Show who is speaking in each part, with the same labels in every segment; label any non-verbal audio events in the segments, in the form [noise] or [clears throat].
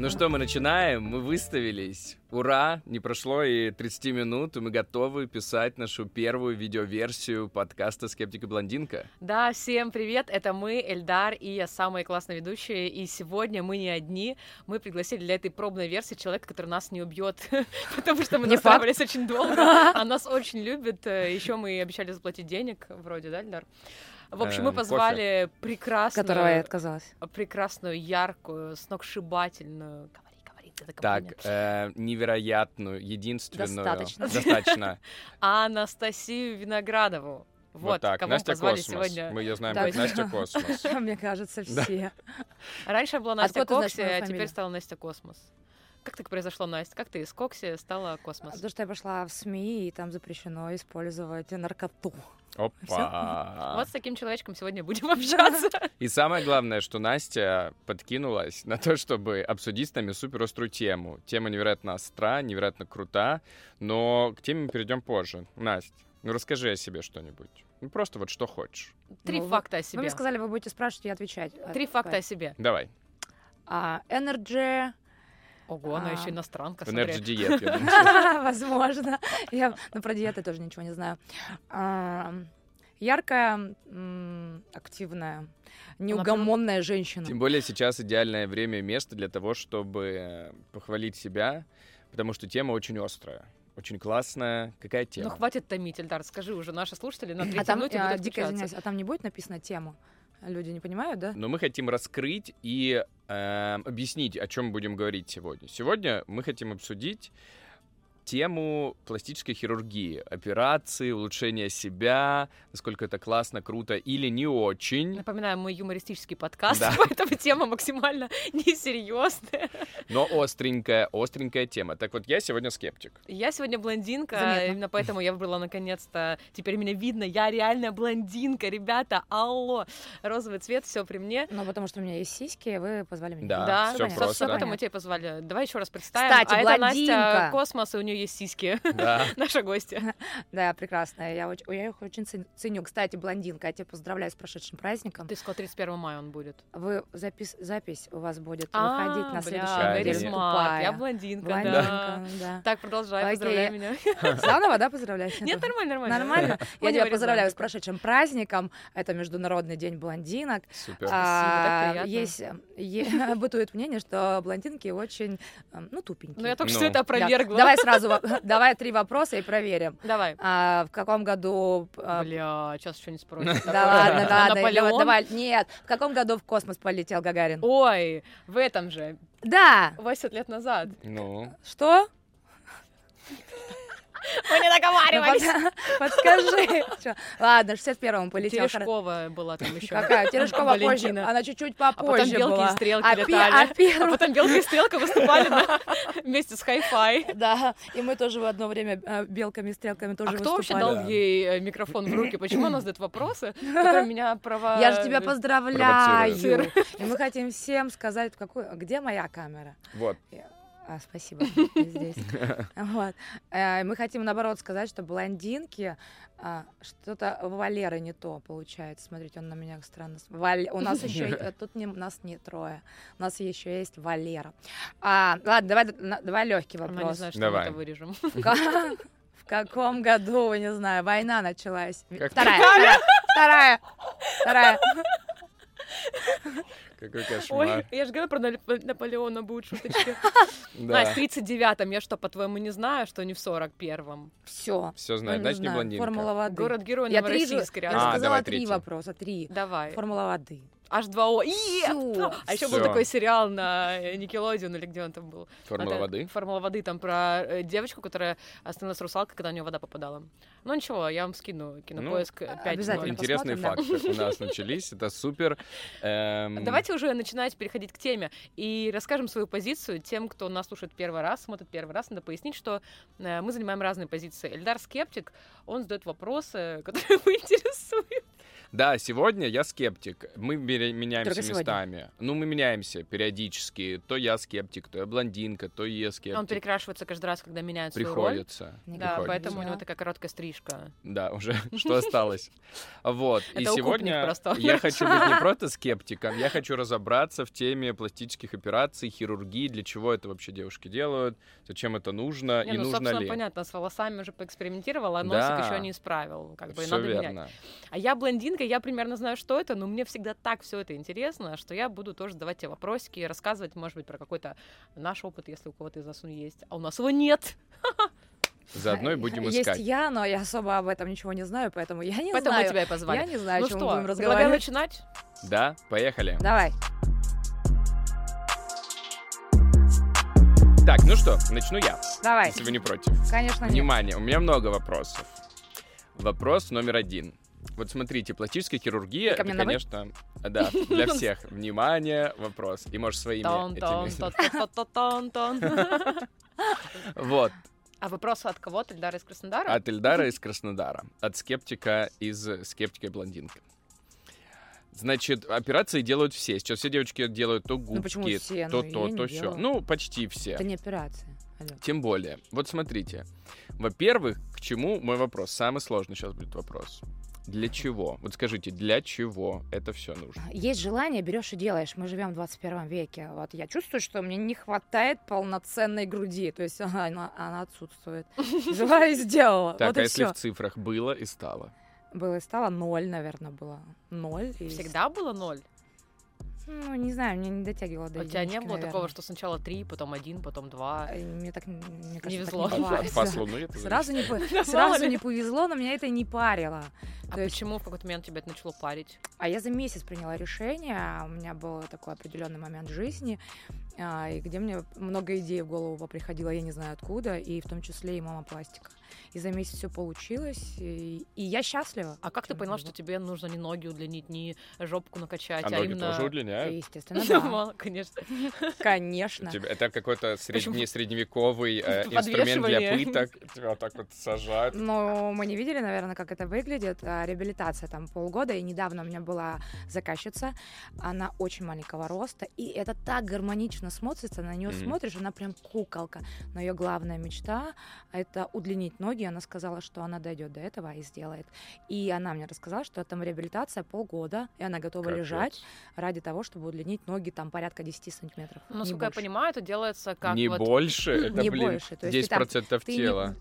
Speaker 1: Ну что, мы начинаем, мы выставились. Ура, не прошло и 30 минут, и мы готовы писать нашу первую видеоверсию подкаста «Скептик и блондинка».
Speaker 2: Да, всем привет, это мы, Эльдар и я, самые классные ведущие, и сегодня мы не одни, мы пригласили для этой пробной версии человека, который нас не убьет, [laughs] потому что мы
Speaker 3: Не факт.
Speaker 2: настраивались очень
Speaker 3: [laughs]
Speaker 2: долго, а нас очень любит, э, еще мы обещали заплатить денег, вроде, да, Эльдар? В общем, мы
Speaker 1: Эм, кофе.
Speaker 2: позвали прекрасную,
Speaker 3: которого я отказалась.
Speaker 2: прекрасную, яркую, сногсшибательную... Говори, говори, ты
Speaker 1: Так,
Speaker 2: закопаня.
Speaker 1: э, невероятную, единственную...
Speaker 2: Достаточно. [laughs]
Speaker 1: Достаточно.
Speaker 2: Анастасию Виноградову. Вот,
Speaker 1: Вот так,
Speaker 2: кого мы
Speaker 1: Настя
Speaker 2: позвали
Speaker 1: Космос.
Speaker 2: сегодня.
Speaker 1: Мы ее знаем
Speaker 3: Да.
Speaker 1: как Настя
Speaker 2: [laughs]
Speaker 1: Космос.
Speaker 3: [laughs] Мне кажется,
Speaker 1: Да.
Speaker 3: все.
Speaker 2: Раньше я была Настя
Speaker 3: Откуда ты знаешь
Speaker 2: Кокси,
Speaker 3: мою
Speaker 2: а
Speaker 3: фамилию?
Speaker 2: теперь стала Настя Космос. Как так произошло, Настя? Как ты из Кокси стала Космос?
Speaker 3: Потому что я пошла в СМИ, и там запрещено использовать наркоту.
Speaker 1: Опа!
Speaker 2: Вот с таким человечком сегодня будем
Speaker 3: [laughs]
Speaker 2: общаться. [laughs]
Speaker 1: И самое главное, что Настя подкинулась на то, чтобы обсудить с нами суперострую тему. Тема невероятно остра, невероятно крута, но к теме мы перейдем позже. Настя, ну расскажи о себе что-нибудь. Ну просто вот что хочешь.
Speaker 2: Три
Speaker 3: Ну, вы-
Speaker 2: факта о
Speaker 3: Вы
Speaker 2: себе.
Speaker 3: мне сказали, вы будете спрашивать и отвечать. Э,
Speaker 2: Три факта о себе.
Speaker 1: Давай.
Speaker 3: А,
Speaker 2: [laughs]
Speaker 3: Energy,
Speaker 2: Ого, она
Speaker 3: А.
Speaker 2: еще иностранка,
Speaker 1: Энерджи
Speaker 2: смотри.
Speaker 1: диет, я думаю.
Speaker 3: [laughs] возможно. [laughs] Я, ну, про диеты тоже ничего не знаю. А, яркая, м, активная,
Speaker 2: Ну,
Speaker 3: неугомонная
Speaker 1: Тем
Speaker 2: А
Speaker 3: женщина.
Speaker 1: более сейчас идеальное время и место для того, чтобы э, похвалить себя, потому что тема очень острая, очень классная. Какая
Speaker 2: Ну
Speaker 1: тема?
Speaker 2: хватит томить, Эльдар, скажи уже, наши слушатели на
Speaker 3: А
Speaker 2: третьей
Speaker 3: там,
Speaker 2: минуте
Speaker 3: а,
Speaker 2: будут
Speaker 3: дико
Speaker 2: включаться.
Speaker 3: извиняюсь, а там не будет написана тема? Люди не понимают, да?
Speaker 1: Но мы хотим раскрыть и эм, объяснить, о чем будем говорить сегодня. Сегодня мы хотим обсудить тему пластической хирургии, операции, улучшения себя, насколько это классно, круто или не очень.
Speaker 2: Напоминаю, мы юмористический подкаст,
Speaker 1: Да.
Speaker 2: [laughs] поэтому тема максимально [laughs] несерьезная.
Speaker 1: Но остренькая, остренькая тема. Так вот, я сегодня скептик.
Speaker 2: Я сегодня блондинка,
Speaker 3: Заметно.
Speaker 2: именно поэтому я выбрала наконец-то. Теперь меня видно, я реальная блондинка, ребята, алло. Розовый цвет, все при мне.
Speaker 3: Ну, потому что у меня есть сиськи, и вы позвали меня.
Speaker 1: Да,
Speaker 2: да,
Speaker 1: А, всё
Speaker 2: собственно,
Speaker 1: просто.
Speaker 2: поэтому тебя позвали. Давай еще раз представим.
Speaker 3: Кстати,
Speaker 2: а это Настя
Speaker 3: блондинка.
Speaker 2: Космос, и у нее есть сиськи.
Speaker 1: [laughs]
Speaker 2: [laughs]
Speaker 1: Да.
Speaker 2: Наша гостья.
Speaker 3: Да, прекрасно. Я, оч- я их очень цен- ценю. Кстати, блондинка, я тебя поздравляю с прошедшим праздником.
Speaker 2: Ты сказал, 31 мая он будет.
Speaker 3: Вы запис... запись у вас будет
Speaker 2: А,
Speaker 3: выходить на
Speaker 2: бля,
Speaker 3: следующей
Speaker 1: very
Speaker 3: неделе.
Speaker 2: very smart.
Speaker 3: Тупая.
Speaker 2: Я блондинка, да.
Speaker 3: Блондинка,
Speaker 2: Так, продолжай,
Speaker 3: Окей,
Speaker 2: поздравляй
Speaker 3: я- [laughs]
Speaker 2: меня.
Speaker 3: да.
Speaker 2: [laughs]
Speaker 3: Заново, да, поздравляешь?
Speaker 2: Нет, нормально, нормально. [laughs]
Speaker 3: Нормально? Я тебя
Speaker 2: Маневризм
Speaker 3: поздравляю с
Speaker 2: такой.
Speaker 3: прошедшим праздником. Это Международный день блондинок.
Speaker 1: Супер.
Speaker 3: А,
Speaker 2: так приятно.
Speaker 3: Есть, э, е- [laughs] бытует мнение, что блондинки очень, э, ну, тупенькие.
Speaker 2: Ну, я только
Speaker 1: Ну.
Speaker 2: что это
Speaker 3: Да.
Speaker 2: опровергла.
Speaker 3: Давай
Speaker 2: [laughs]
Speaker 3: сразу, во- давай три вопроса и проверим.
Speaker 2: Давай.
Speaker 3: А, в каком году э,
Speaker 2: Бля, сейчас что не спросит.
Speaker 3: Да ладно,
Speaker 2: А
Speaker 3: ладно,
Speaker 2: Наполеон?
Speaker 3: давай, давай. Нет, в каком году в космос полетел Гагарин?
Speaker 2: Ой, в этом же,
Speaker 3: Да.
Speaker 2: 80 лет назад.
Speaker 1: Ну,
Speaker 3: Что?
Speaker 2: Мы не
Speaker 3: Ну,
Speaker 2: договаривались.
Speaker 3: подска- [laughs] Подскажи. Чё? Ладно, 61-му полетел. хоро-
Speaker 2: Терешкова была там еще.
Speaker 3: Какая? Терешкова позже.
Speaker 2: Валентина.
Speaker 3: Она чуть-чуть
Speaker 2: А потом
Speaker 3: попозже
Speaker 2: белки и
Speaker 3: была.
Speaker 2: стрелки
Speaker 3: А пе-
Speaker 2: летали.
Speaker 3: а первый- [laughs]
Speaker 2: А потом белка и стрелка выступали на- [laughs] вместе с хай-фай.
Speaker 3: Да, и мы тоже в одно время э, белками и стрелками тоже
Speaker 2: А кто вообще
Speaker 3: выступали.
Speaker 2: дал
Speaker 1: Да.
Speaker 2: ей э, микрофон в руки? Почему она задает
Speaker 3: [laughs]
Speaker 2: вопросы, которые меня права...
Speaker 3: Я же тебя поздравляю.
Speaker 1: Провоцирует.
Speaker 3: И мы хотим всем сказать, в какую... где моя камера?
Speaker 1: вот.
Speaker 3: А, спасибо, я
Speaker 1: [laughs]
Speaker 3: здесь. Вот. Э, Мы хотим, наоборот, сказать, что блондинки, а, что-то у Валеры не то получается. Смотрите, он на меня странно... с- Валь- У
Speaker 1: [laughs]
Speaker 3: нас еще... Тут не- нас не трое. У нас еще есть Валера. А, Ладно, давай, на- давай легкий
Speaker 2: Она не
Speaker 3: вопрос.
Speaker 2: знает, что
Speaker 1: Давай.
Speaker 2: А мы это вырежем.
Speaker 3: В ка- [laughs] В каком году, не знаю, война началась?
Speaker 1: Как-
Speaker 3: Вторая, вторая, вторая, вторая.
Speaker 1: Какой
Speaker 2: [laughs] Ой,
Speaker 1: кошмар.
Speaker 2: я же говорила про Нап- Наполеона будут шуточки.
Speaker 1: [laughs] Да.
Speaker 2: Настя, в 39-м, я что, по-твоему, не знаю, что не в 41-м?
Speaker 3: Все.
Speaker 1: Все знаю, значит, ну, не
Speaker 3: Ну,
Speaker 1: блондинка.
Speaker 3: Формула воды.
Speaker 2: Город-герой
Speaker 3: Я три, же-
Speaker 2: Новороссийск
Speaker 3: я
Speaker 1: А,
Speaker 3: же
Speaker 2: рядом.
Speaker 1: давай
Speaker 3: сказала три
Speaker 1: третью.
Speaker 3: вопроса, три.
Speaker 2: Давай.
Speaker 3: Формула воды.
Speaker 2: H2O. Е!
Speaker 3: Всё.
Speaker 2: А еще был
Speaker 1: Всё.
Speaker 2: такой сериал на э, Никелодеон или где он там был.
Speaker 1: Формула
Speaker 2: Это
Speaker 1: воды.
Speaker 2: Формула воды, там про э, девочку, которая становилась русалкой, когда у нее вода попадала. Ну ничего, я вам
Speaker 1: Ну,
Speaker 2: скину кинопоиск э, 5.
Speaker 3: обязательно.
Speaker 2: ноль.
Speaker 1: Интересные
Speaker 3: посмотрим,
Speaker 1: факты у нас начались. Это супер. Эм,
Speaker 2: Давайте уже начинать переходить к теме и расскажем свою позицию тем, кто нас слушает первый раз, смотрит первый раз. Надо пояснить, что э, [laughs] мы занимаем разные позиции. Эльдар скептик, он задает вопросы, которые мы интересуют.
Speaker 1: Да, сегодня я скептик. Мы меря- меняемся
Speaker 3: Только сегодня?
Speaker 1: местами. Ну, мы меняемся периодически. То я скептик, то я блондинка, то я скептик.
Speaker 2: Он перекрашивается каждый раз, когда меняют свою роль.
Speaker 1: Приходится.
Speaker 2: Да,
Speaker 3: Да,
Speaker 1: приходится.
Speaker 2: поэтому у него
Speaker 3: Да.
Speaker 2: такая короткая стрижка.
Speaker 1: Да, уже [laughs] что осталось. Вот. И
Speaker 2: Это укупник
Speaker 1: сегодня
Speaker 2: просто.
Speaker 1: я хочу быть не просто скептиком, я хочу разобраться в теме пластических операций, хирургии, для чего это вообще девушки делают, зачем это нужно
Speaker 2: Не,
Speaker 1: А и
Speaker 2: ну,
Speaker 1: нужно
Speaker 2: собственно,
Speaker 1: ли.
Speaker 2: понятно, с волосами уже поэкспериментировал, а носик
Speaker 1: Да.
Speaker 2: еще не исправил. Как бы и
Speaker 1: Всё
Speaker 2: надо менять.
Speaker 1: верно.
Speaker 2: А я блондинка, я примерно знаю, что это, но мне всегда так все это интересно, что я буду тоже задавать тебе вопросики, рассказывать, может быть, про какой-то наш опыт, если у кого-то из нас он есть. А у нас его нет.
Speaker 1: Заодно и
Speaker 2: [laughs]
Speaker 1: будем искать.
Speaker 3: Есть я, но я особо об этом ничего не знаю, поэтому я не
Speaker 2: Поэтому
Speaker 3: знаю.
Speaker 2: тебя и позвали.
Speaker 3: Я не знаю,
Speaker 2: ну
Speaker 3: о чем
Speaker 2: что,
Speaker 3: мы будем
Speaker 2: предлагаю
Speaker 3: разговаривать.
Speaker 2: начинать?
Speaker 1: Да, поехали.
Speaker 3: Давай.
Speaker 1: Так, ну что, начну я,
Speaker 3: Давай,
Speaker 1: если вы не против.
Speaker 3: конечно, нет.
Speaker 1: Внимание, у меня много вопросов. Вопрос номер один. Вот смотрите, пластическая хирургия,
Speaker 3: Ты ко
Speaker 1: это,
Speaker 3: мне на «вы»?
Speaker 1: конечно, да, для всех.
Speaker 3: [laughs]
Speaker 1: Внимание, вопрос. И можешь своими [laughs]
Speaker 2: Тон, тон,
Speaker 1: этими.
Speaker 2: тон, тон, тон, тон.
Speaker 3: [laughs]
Speaker 1: Вот,
Speaker 2: А вопрос от кого? От Эльдара из Краснодара?
Speaker 1: от Эльдара из Краснодара. От скептика из «Скептика и блондинка». Значит, операции делают все. Сейчас все девочки делают то губки,
Speaker 3: почему все?
Speaker 1: то
Speaker 3: Ну,
Speaker 1: то,
Speaker 3: я не
Speaker 1: то все.
Speaker 3: делала.
Speaker 1: Ну, почти все.
Speaker 3: Это не операция. Алло.
Speaker 1: Тем более. Вот смотрите. Во-первых, к чему мой вопрос? Самый сложный сейчас будет вопрос. Для чего? Вот скажите, для чего это все нужно?
Speaker 3: Есть желание, берешь и делаешь. Мы живем в 21 веке. Вот я чувствую, что мне не хватает полноценной груди. То есть она, она-
Speaker 2: [laughs]
Speaker 3: она отсутствует. Жила и сделала.
Speaker 1: Так,
Speaker 3: вот
Speaker 1: а
Speaker 3: и
Speaker 1: если
Speaker 3: все.
Speaker 1: в цифрах было и стало?
Speaker 3: Было и стало ноль, наверное, было. Ноль. и-
Speaker 2: Всегда было ноль?
Speaker 3: Ну, не знаю, мне не дотягивало до
Speaker 2: у тебя не
Speaker 3: единички,
Speaker 2: было такого,
Speaker 3: наверное.
Speaker 2: что сначала три, потом один, потом два?
Speaker 3: Э, Мне так, н- мне кажется,
Speaker 2: везло.
Speaker 3: Так не
Speaker 1: От-
Speaker 3: бывает.
Speaker 1: От вас луны это
Speaker 3: Сразу
Speaker 2: [laughs]
Speaker 3: не, по-
Speaker 2: Мало
Speaker 3: сразу
Speaker 2: ли.
Speaker 3: не повезло, но меня это и не парило.
Speaker 2: А
Speaker 3: То есть-
Speaker 2: почему в какой-то момент тебя это начало парить?
Speaker 3: А я за месяц приняла решение, а у меня был такой определенный момент жизни, а, и где мне много идей в голову приходило, я не знаю откуда, и в том числе и мама пластика. И за месяц все получилось, и, и я счастлива.
Speaker 2: А как ты
Speaker 3: Чем
Speaker 2: поняла,
Speaker 3: это
Speaker 2: что тебе нужно не ноги удлинить, не жопку накачать,
Speaker 1: А
Speaker 2: а,
Speaker 1: ноги
Speaker 2: именно...
Speaker 1: тоже
Speaker 2: [laughs]
Speaker 3: было.
Speaker 1: удлиняют?
Speaker 3: Естественно,
Speaker 2: Ну,
Speaker 3: да.
Speaker 2: мало, конечно.
Speaker 3: Конечно.
Speaker 1: У тебя- Типа, Это какой-то средне- средневековый э,
Speaker 2: Подвешивание.
Speaker 1: инструмент для пыток. Тебя вот так вот сажают.
Speaker 3: Но мы не видели, наверное, как это выглядит. А, Реабилитация там полгода, и недавно у меня была заказчица, она очень маленького роста, и это так гармонично смотрится, на нее
Speaker 1: Мгм.
Speaker 3: смотришь, она прям куколка. Но ее главная мечта — это удлинить ноги. Она сказала, что она дойдет до этого и сделает. И она мне рассказала, что там реабилитация полгода, и она готова
Speaker 1: Капец.
Speaker 3: лежать ради того чтобы удлинить ноги там порядка 10 сантиметров.
Speaker 2: Ну,
Speaker 3: не
Speaker 2: Насколько я
Speaker 3: больше.
Speaker 2: понимаю, это делается как
Speaker 1: не
Speaker 2: вот...
Speaker 1: больше, это,
Speaker 3: Не
Speaker 1: блин,
Speaker 3: больше, то есть ты
Speaker 1: 10%
Speaker 3: там-
Speaker 1: процентов
Speaker 3: ты не- [laughs]
Speaker 1: тела.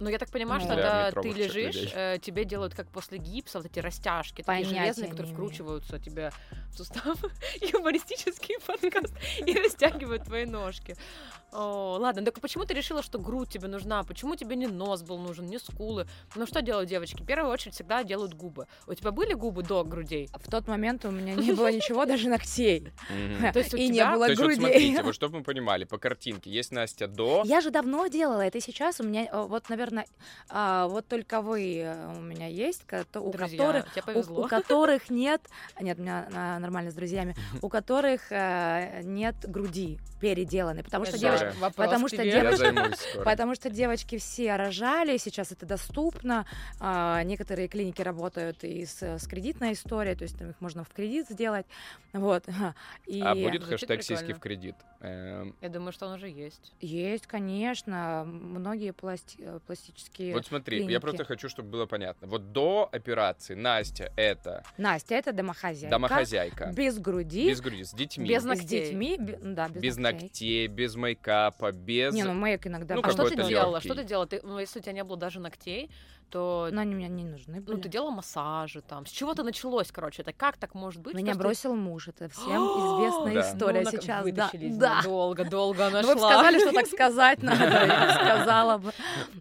Speaker 2: Ну, я так понимаю,
Speaker 3: Ну,
Speaker 2: что
Speaker 1: для
Speaker 2: когда ты
Speaker 1: метровых тех
Speaker 2: лежишь,
Speaker 1: людей.
Speaker 2: э, тебе делают как после гипса вот эти растяжки,
Speaker 3: Понятия
Speaker 2: такие железные, которые
Speaker 3: не имею.
Speaker 2: вкручиваются тебе в суставы. [laughs] Юмористический подкаст. И растягивают твои ножки. О, ладно, так почему ты решила, что грудь тебе нужна? Почему тебе не нос был нужен, не скулы? Ну, что делают девочки? В первую очередь всегда делают губы. У тебя были губы до грудей?
Speaker 3: В тот момент у меня не было ничего, [laughs] даже ногтей.
Speaker 1: Мгм.
Speaker 2: То есть у
Speaker 3: И не
Speaker 2: тебя-
Speaker 3: было
Speaker 1: То есть вот
Speaker 3: грудей.
Speaker 1: смотрите, вот чтобы мы понимали, по картинке. Есть Настя до,
Speaker 3: Я же давно делала это, и сейчас у меня, э, вот, наверное, а, вот только вы э, у меня есть, кото- у
Speaker 2: Друзья,
Speaker 3: которых...
Speaker 2: тебе
Speaker 3: У,
Speaker 2: повезло.
Speaker 3: у которых нет, нет, у меня а, нормально с друзьями, у которых э, нет груди переделанной, потому что
Speaker 2: Это
Speaker 1: знаю.
Speaker 3: девочки,
Speaker 1: девочка-
Speaker 2: вопрос
Speaker 3: потому
Speaker 2: к
Speaker 3: что
Speaker 2: тебе.
Speaker 3: девочка-
Speaker 1: я
Speaker 3: Девочки-
Speaker 1: займусь скоро.
Speaker 3: потому что девочки все рожали, сейчас это доступно, а, некоторые клиники работают и с, с кредитной историей, то есть там их можно в кредит сделать, вот. [laughs] И... ну,
Speaker 1: А будет
Speaker 2: Звучит
Speaker 1: хэштег сиськи
Speaker 2: прикольно.
Speaker 1: в кредит? Эм,
Speaker 2: Я думаю, что он уже есть.
Speaker 3: Есть, конечно, многие пласти- э, пластические.
Speaker 1: Вот смотри, я
Speaker 3: клиники.
Speaker 1: просто хочу, чтобы было понятно. Вот до операции Настя это
Speaker 3: Настя, это домохозяйка.
Speaker 1: домохозяйка.
Speaker 3: Без груди,
Speaker 1: Без груди, с детьми.
Speaker 2: Без
Speaker 1: Без,
Speaker 3: с
Speaker 2: ногтей.
Speaker 3: детьми, бе- ну да, без, ногтей.
Speaker 1: ногтей, без мейкапа, без...
Speaker 3: Не, ну мейк иногда.
Speaker 1: Ну,
Speaker 2: а
Speaker 3: бывает.
Speaker 2: что ты
Speaker 1: какой-то
Speaker 2: делала?
Speaker 1: лёгкий.
Speaker 2: Что ты делала? Ты, ну, если у тебя не было даже ногтей, то
Speaker 3: Но они мне не нужны
Speaker 2: ну,
Speaker 3: были.
Speaker 2: ты делала массажи там. С чего-то началось, короче. Это как так может быть? что
Speaker 3: Меня
Speaker 2: ж ты-
Speaker 3: бросил муж, это
Speaker 2: [gasps]
Speaker 3: всем
Speaker 1: Да.
Speaker 3: известная история
Speaker 2: Ну, на-
Speaker 3: сейчас. Да,
Speaker 2: вытащили из
Speaker 3: да.
Speaker 2: меня. Долго, долго она
Speaker 3: [laughs] Ну, вы бы
Speaker 2: шла.
Speaker 3: сказали, что так сказать надо, я бы сказала бы.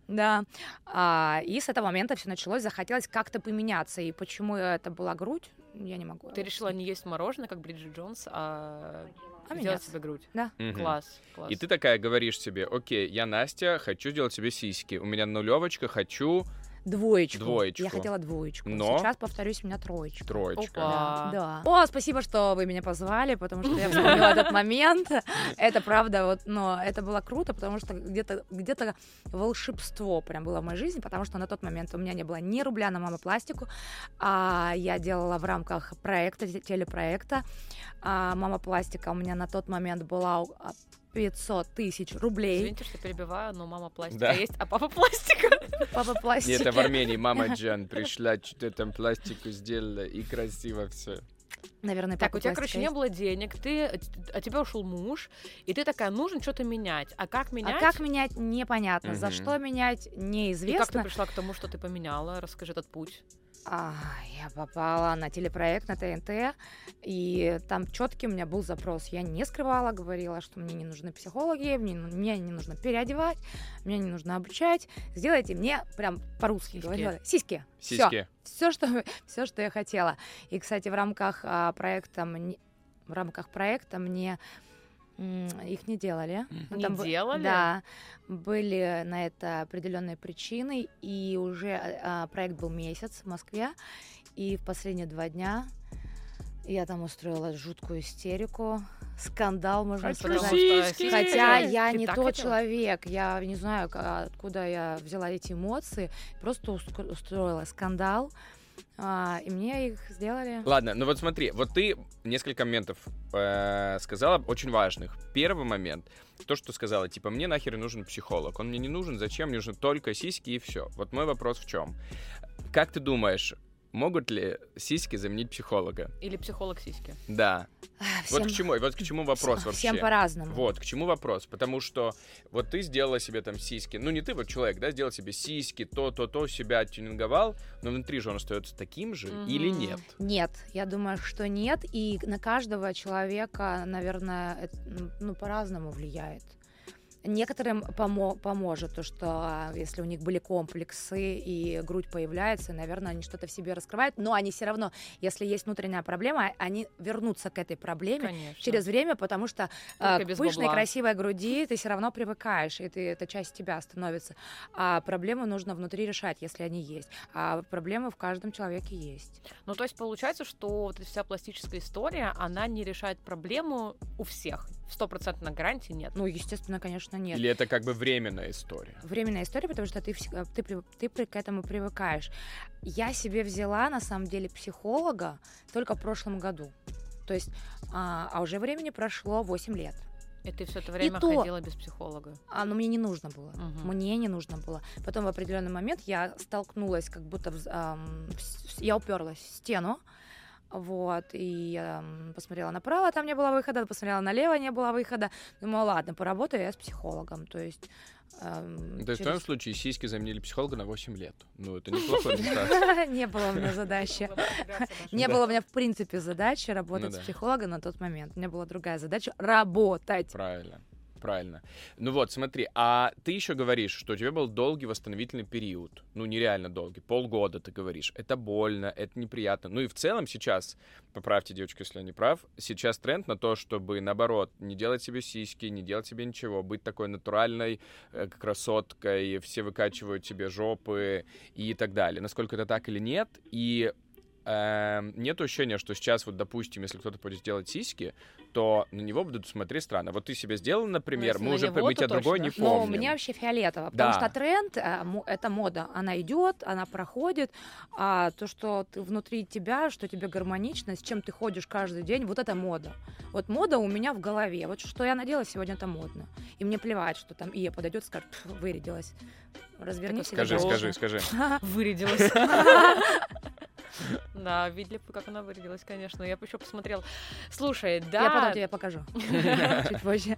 Speaker 3: Да. А, и с этого момента все началось, захотелось как-то поменяться. И почему это была грудь, я не могу.
Speaker 2: [laughs] Ты решила не есть мороженое, как Бриджит Джонс, а,
Speaker 3: А
Speaker 2: сделать
Speaker 3: меняться.
Speaker 2: себе грудь.
Speaker 1: Мгм.
Speaker 2: Класс, класс.
Speaker 1: И ты такая говоришь себе, окей, я Настя, хочу делать себе сиськи. У меня нулевочка, хочу
Speaker 3: Двоечку.
Speaker 1: Двоечку.
Speaker 3: Я хотела двоечку.
Speaker 1: Но-
Speaker 3: Сейчас, повторюсь, у меня троечка.
Speaker 1: Троечка.
Speaker 2: Опа.
Speaker 3: Да,
Speaker 2: А.
Speaker 3: да. О, спасибо, что вы меня позвали, потому что я вспомнила этот момент. Это правда, вот, но это было круто, потому что где-то где волшебство прям было в моей жизни, потому что на тот момент у меня не было ни рубля на мамопластику, а я делала в рамках проекта, те- телепроекта. А мамопластика у меня на тот момент была у- а, 500 тысяч рублей.
Speaker 2: Извините, что перебиваю, но мама пластика
Speaker 1: Да.
Speaker 2: есть, а папа [laughs] пластика.
Speaker 1: Нет,
Speaker 3: Папа
Speaker 1: это
Speaker 3: пластика.
Speaker 1: в Армении
Speaker 3: [laughs]
Speaker 1: мама Джан пришла, что-то там пластику сделала, и красиво все.
Speaker 3: Наверное,
Speaker 2: Так,
Speaker 3: папа
Speaker 2: у тебя, короче,
Speaker 3: пластика
Speaker 2: не
Speaker 3: есть.
Speaker 2: было денег, ты, от тебя ушел муж, и ты такая, нужно что-то менять. А как менять?
Speaker 3: А как менять, непонятно. За
Speaker 1: Мгм.
Speaker 3: что менять,
Speaker 2: И как ты
Speaker 3: неизвестно.
Speaker 2: пришла к тому, что ты поменяла? Расскажи этот путь.
Speaker 3: А, я попала на телепроект на ТНТ, и там четкий у меня был запрос. Я не скрывала, говорила, что мне не нужны психологи, мне, ну- меня не нужно переодевать, меня не нужно обучать. Сделайте мне прям по-русски
Speaker 2: Сиськи.
Speaker 3: говорила. Сиськи. Всё.
Speaker 1: Сиськи.
Speaker 3: Все, что, [laughs] все, что я хотела. И, кстати, в рамках а, проекта мне, в рамках проекта мне м, их не делали. Ну,
Speaker 2: Не
Speaker 3: там бы-
Speaker 2: делали?
Speaker 3: Да, были на это определенные причины, и уже а, проект был месяц в Москве, и в последние два дня я там устроила жуткую истерику, скандал, можно
Speaker 1: Хочу
Speaker 3: сказать.
Speaker 1: сиськи.
Speaker 3: Хотя я
Speaker 2: Ты
Speaker 3: не
Speaker 2: так
Speaker 3: тот
Speaker 2: хотела?
Speaker 3: человек, я не знаю, ка- откуда я взяла эти эмоции, просто уск- устроила скандал, а, и мне их сделали.
Speaker 1: Ладно, ну вот смотри, вот ты несколько моментов э, сказала, очень важных. Первый момент, то, что сказала, типа, мне нахер нужен психолог, он мне не нужен, зачем, мне нужны только сиськи и все. Вот мой вопрос в чем? Как ты думаешь, могут ли сиськи заменить психолога?
Speaker 2: Или психолог сиськи.
Speaker 1: Да.
Speaker 3: А,
Speaker 1: Вот
Speaker 3: всем-
Speaker 1: к чему, вот к
Speaker 3: [laughs]
Speaker 1: чему вопрос
Speaker 3: всем
Speaker 1: вообще.
Speaker 3: по-разному.
Speaker 1: Вот, к чему вопрос? Потому что вот ты сделала себе там сиськи, ну не ты вот человек, да, сделал себе сиськи, то-то-то себя тюнинговал, но внутри же он остается таким же
Speaker 2: Мгм.
Speaker 1: или нет?
Speaker 3: Нет, я думаю, что нет. И на каждого человека, наверное, это, м, ну, по-разному влияет. Некоторым помо- поможет то, что а, если у них были комплексы и грудь появляется, наверное, они что-то в себе раскрывают, но они все равно, если есть внутренняя проблема, они вернутся к этой проблеме
Speaker 2: Конечно.
Speaker 3: через время, потому что
Speaker 2: Только
Speaker 3: а, к
Speaker 2: без
Speaker 3: пышной,
Speaker 2: бабла.
Speaker 3: красивой груди ты все равно привыкаешь, и ты, это часть тебя становится. А проблемы нужно внутри решать, если они есть. А проблемы в каждом человеке есть.
Speaker 2: Ну, то есть получается, что вот эта вся пластическая история, она не решает проблему у всех. Стопроцентно гарантии нет.
Speaker 3: Ну, естественно, конечно, нет.
Speaker 1: Или это как бы временная история?
Speaker 3: Временная история, потому что ты, всег- ты, при- ты при- к этому привыкаешь. Я себе взяла, на самом деле, психолога только в прошлом году. То есть, а, а уже времени прошло 8 лет.
Speaker 2: И ты все это время
Speaker 3: то-
Speaker 2: ходила без психолога.
Speaker 3: А, но мне не нужно было.
Speaker 2: Мгм.
Speaker 3: Мне не нужно было. Потом в определенный момент я столкнулась, как будто в з- ам, с- я уперлась в стену. Вот, и эм, посмотрела направо, там не было выхода, посмотрела налево, не было выхода. Думаю, ладно, поработаю я с психологом. То есть... эм,
Speaker 1: Ну, То есть в
Speaker 3: через-
Speaker 1: твоем случае сиськи заменили психолога на 8 лет. Ну,
Speaker 3: [laughs]
Speaker 1: это неплохой результат.
Speaker 3: Не было у меня задачи. Не
Speaker 1: Да.
Speaker 3: было у меня, в принципе, задачи работать
Speaker 1: Ну
Speaker 3: с
Speaker 1: да.
Speaker 3: психологом на тот момент. У меня была другая задача — работать.
Speaker 1: Правильно. Правильно. Ну вот, смотри, а ты еще говоришь, что у тебя был долгий восстановительный период. Ну, нереально долгий. Полгода ты говоришь. Это больно, это неприятно. Ну и в целом сейчас, поправьте, девочка, если я не прав, сейчас тренд на то, чтобы, наоборот, не делать себе сиськи, не делать себе ничего, быть такой натуральной э, красоткой, все выкачивают себе жопы и так далее. Насколько это так или нет, и нет ощущения, что сейчас, вот, допустим, если кто-то будет делать сиськи, то на него будут смотреть странно. Вот ты себе сделал, например,
Speaker 2: если
Speaker 1: мы
Speaker 2: на
Speaker 1: уже
Speaker 2: него,
Speaker 1: мы
Speaker 2: то
Speaker 1: тебя другой
Speaker 2: точно.
Speaker 1: не
Speaker 2: Ну,
Speaker 1: помним.
Speaker 3: Но мне вообще фиолетово,
Speaker 1: Да.
Speaker 3: потому что тренд э, мо- это мода, она идет, она проходит, а то, что ты внутри тебя, что тебе гармонично, с чем ты ходишь каждый день, вот это мода. Вот мода у меня в голове, вот что я надела сегодня, это модно. И мне плевать, что там Ия подойдет, скажет, «Пф, вырядилась, развернись. и
Speaker 1: Скажи,
Speaker 3: дальше».
Speaker 1: скажи, скажи.
Speaker 2: Вырядилась. [laughs] Да, видели бы, как она вырядилась, конечно. Я бы еще посмотрела. Слушай,
Speaker 3: Я потом
Speaker 2: да.
Speaker 3: тебе покажу. Чуть позже.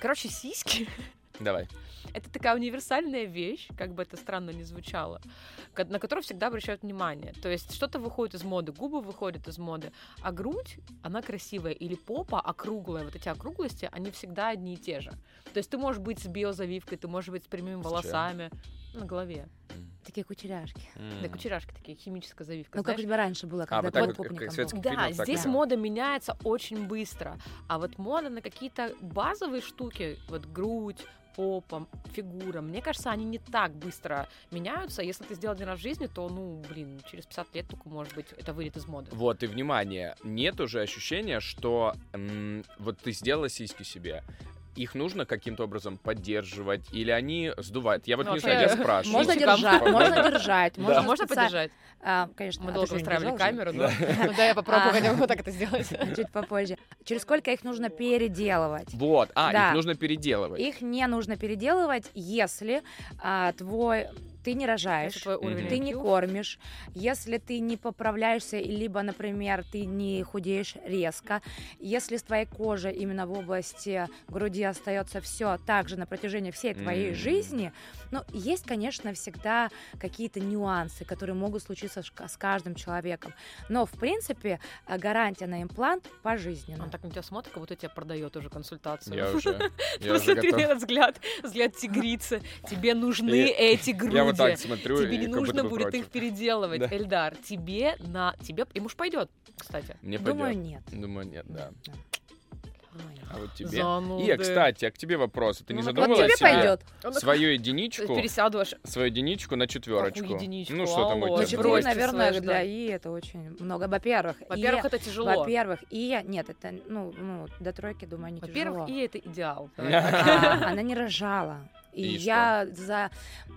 Speaker 2: Короче, сиськи
Speaker 1: Давай.
Speaker 2: это такая универсальная вещь, как бы это странно ни звучало, ко- на которую всегда обращают внимание. То есть что-то выходит из моды, губы выходят из моды, а грудь, она красивая, или попа округлая, вот эти округлости, они всегда одни и те же. То есть ты можешь быть с биозавивкой, ты можешь быть с прямыми
Speaker 1: С чем?
Speaker 2: волосами на голове.
Speaker 3: Такие кучеряшки.
Speaker 2: Да, кучеряшки такие, химическая завивка.
Speaker 3: Ну, как у
Speaker 2: знаешь?
Speaker 3: тебя раньше было,
Speaker 1: А,
Speaker 3: когда
Speaker 1: вот
Speaker 3: ты
Speaker 1: так
Speaker 3: вот
Speaker 1: вот,
Speaker 3: попником
Speaker 1: как
Speaker 3: был?
Speaker 1: светский
Speaker 2: Да,
Speaker 1: фильм, так
Speaker 2: здесь
Speaker 1: да.
Speaker 2: мода меняется очень быстро. А вот мода на какие-то базовые штуки, вот грудь, попам, фигурам. Мне кажется, они не так быстро меняются. Если ты сделал один раз в жизни, то, ну, блин, через 50 лет только, может быть, это выйдет из моды.
Speaker 1: Вот, и внимание, нет уже ощущения, что м, вот ты сделала сиськи себе, их нужно каким-то образом поддерживать, или они сдувают. Я вот
Speaker 2: Ну,
Speaker 1: не
Speaker 2: вообще,
Speaker 1: знаю, я спрашиваю.
Speaker 3: Можно
Speaker 2: Мальчикам.
Speaker 3: держать, можно держать.
Speaker 1: Да.
Speaker 2: А
Speaker 1: А
Speaker 2: можно
Speaker 3: специально-
Speaker 2: подержать?
Speaker 3: А, Конечно.
Speaker 2: Мы
Speaker 3: а ты
Speaker 2: долго
Speaker 3: же не
Speaker 2: устраивали
Speaker 3: держал же?
Speaker 2: камеру, но...
Speaker 4: Ну, да, я попробую
Speaker 3: А.
Speaker 4: хотя бы вот так это сделать.
Speaker 3: Чуть попозже. Через сколько их нужно переделывать?
Speaker 1: Вот, а,
Speaker 3: Да.
Speaker 1: их нужно переделывать.
Speaker 3: Их не нужно переделывать, если а, твой ты не
Speaker 2: Если
Speaker 3: рожаешь.
Speaker 2: твой уровень
Speaker 3: Ты не
Speaker 2: IQ
Speaker 3: кормишь, если ты не поправляешься, либо, например, ты не худеешь резко, если с твоей кожи именно в области груди остается все так же на протяжении всей твоей
Speaker 1: М.
Speaker 3: жизни, ну, есть, конечно, всегда какие-то нюансы, которые могут случиться ш- с каждым человеком, но, в принципе, а, гарантия на имплант
Speaker 2: [laughs]
Speaker 3: пожизненно.
Speaker 2: Он так на тебя смотрит, как будто тебя продает уже консультацию.
Speaker 1: Я
Speaker 3: [laughs]
Speaker 1: уже,
Speaker 2: [laughs]
Speaker 1: я уже
Speaker 2: Посмотри на
Speaker 1: готов.
Speaker 2: этот взгляд, взгляд тигрицы. Тебе нужны
Speaker 1: И-
Speaker 2: эти груди.
Speaker 1: Я вот так смотрю.
Speaker 2: Тебе
Speaker 1: и
Speaker 2: не
Speaker 1: как будто
Speaker 2: нужно
Speaker 1: бы
Speaker 2: будет
Speaker 1: против.
Speaker 2: их переделывать,
Speaker 1: Да.
Speaker 2: Эльдар. Тебе на тебе и муж пойдет, кстати.
Speaker 1: Мне
Speaker 3: Думаю,
Speaker 1: пойдет.
Speaker 3: нет.
Speaker 1: Думаю, нет, да.
Speaker 3: Думаю, нет.
Speaker 1: А вот тебе.
Speaker 2: Зануды.
Speaker 1: И, кстати, а к тебе вопрос. Ты не
Speaker 2: Ну, вот
Speaker 1: задумывалась
Speaker 3: вот тебе
Speaker 1: себе
Speaker 3: пойдет.
Speaker 2: Он Ну, так
Speaker 1: свою единичку,
Speaker 2: Пересяду аж.
Speaker 1: свою единичку на четверочку?
Speaker 2: Какую единичку?
Speaker 1: Ну что там
Speaker 2: Алло,
Speaker 1: у
Speaker 3: Ну,
Speaker 2: Ой,
Speaker 1: тебя?
Speaker 3: четыре,
Speaker 1: было?
Speaker 2: бросьте
Speaker 3: наверное,
Speaker 2: свое
Speaker 3: для
Speaker 2: ждать.
Speaker 3: И это очень много. Во-первых, и-
Speaker 2: Во-первых, это тяжело.
Speaker 3: во-первых, и нет, это ну, ну до тройки, думаю, не
Speaker 2: Во-первых,
Speaker 3: [laughs] тяжело.
Speaker 2: и это идеал.
Speaker 3: А, она не рожала. И,
Speaker 1: И что?
Speaker 3: я за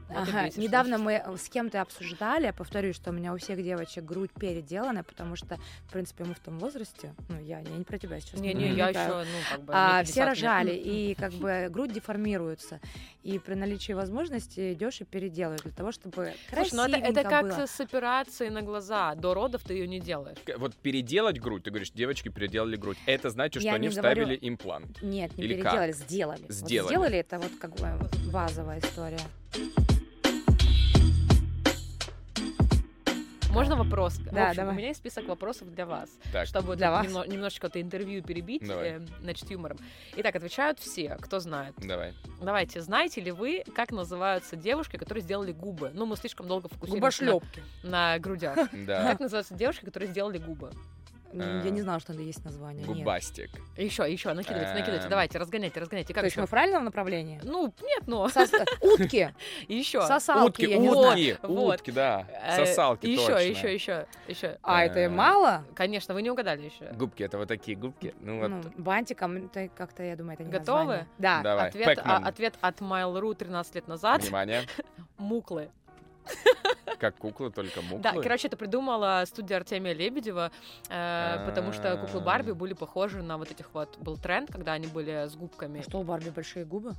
Speaker 2: Вот и
Speaker 3: Ага,
Speaker 2: бесишь,
Speaker 3: недавно мы с кем-то обсуждали, повторюсь, что у меня у всех девочек грудь переделана, потому что, в принципе, мы в том возрасте. Ну, я, я не про тебя сейчас.
Speaker 2: Не, не,
Speaker 1: Мгм.
Speaker 2: я
Speaker 3: намекаю.
Speaker 2: еще, ну, как бы.
Speaker 3: А,
Speaker 2: мне 50
Speaker 3: все
Speaker 2: лет.
Speaker 3: рожали,
Speaker 2: [laughs]
Speaker 3: и как бы грудь деформируется. И при наличии возможности идешь и переделаешь для того, чтобы
Speaker 2: Слушай, ну это, это
Speaker 3: красивенько
Speaker 2: как
Speaker 3: было.
Speaker 2: с операцией на глаза. До родов ты ее не делаешь.
Speaker 1: К- Вот переделать грудь, ты говоришь, девочки переделали грудь. Это значит,
Speaker 3: Я
Speaker 1: что они
Speaker 3: не говорю-
Speaker 1: вставили имплант.
Speaker 3: Нет, не
Speaker 1: Или как?
Speaker 3: переделали, сделали. Вот
Speaker 1: Сделали.
Speaker 3: сделали это вот как бы базовая история.
Speaker 2: Можно вопрос? В
Speaker 3: Да,
Speaker 2: общем,
Speaker 3: давай.
Speaker 2: У меня есть список вопросов для вас.
Speaker 1: Так,
Speaker 2: чтобы
Speaker 3: Для
Speaker 2: тут
Speaker 3: вас.
Speaker 2: немно- немножечко это интервью перебить,
Speaker 1: Давай.
Speaker 2: э, значит, юмором. Итак, отвечают все, кто знает.
Speaker 1: давай.
Speaker 2: Давайте, знаете ли вы, как называются девушки, которые сделали губы? Ну, мы слишком долго фокусируемся на,
Speaker 3: Губошлепки.
Speaker 2: на
Speaker 3: [laughs]
Speaker 2: грудях.
Speaker 1: Да.
Speaker 2: Как называются девушки, которые сделали губы?
Speaker 1: А.
Speaker 3: Я не знала, что это есть название. нет.
Speaker 1: Губастик.
Speaker 2: Еще, еще, накидывайте, накидывайте.
Speaker 1: Эм.
Speaker 2: Давайте, разгоняйте, разгоняйте. Как
Speaker 3: То есть мы
Speaker 2: еще?
Speaker 3: в правильном направлении?
Speaker 2: Ну, нет, но [laughs]
Speaker 3: Сос- [laughs] Утки,
Speaker 2: еще.
Speaker 3: сосалки,
Speaker 1: Утки,
Speaker 3: я не знаю.
Speaker 1: утки,
Speaker 2: Вот.
Speaker 1: утки, да.
Speaker 2: Э,
Speaker 1: Сосалки, точно.
Speaker 2: Еще, еще, еще, еще.
Speaker 3: А это и
Speaker 1: Э,
Speaker 3: мало?
Speaker 2: Конечно, вы не угадали еще.
Speaker 1: Губки, это вот такие губки. Ну вот.
Speaker 3: Ну, бантиком, это как-то, я думаю, это не
Speaker 2: Готовы?
Speaker 3: название. Да.
Speaker 1: Давай.
Speaker 2: Ответ, а,
Speaker 1: Пэкман.
Speaker 2: ответ от Mail.ru 13 лет назад.
Speaker 1: Внимание.
Speaker 2: Муклы.
Speaker 1: Как куклы,
Speaker 2: [laughs]
Speaker 1: только муклы.
Speaker 2: Да, короче, это придумала студия Артемия Лебедева, э, потому что куклы
Speaker 1: А.
Speaker 2: Барби были похожи на вот этих вот... Был тренд, когда они были с губками.
Speaker 3: Что у Барби большие губы?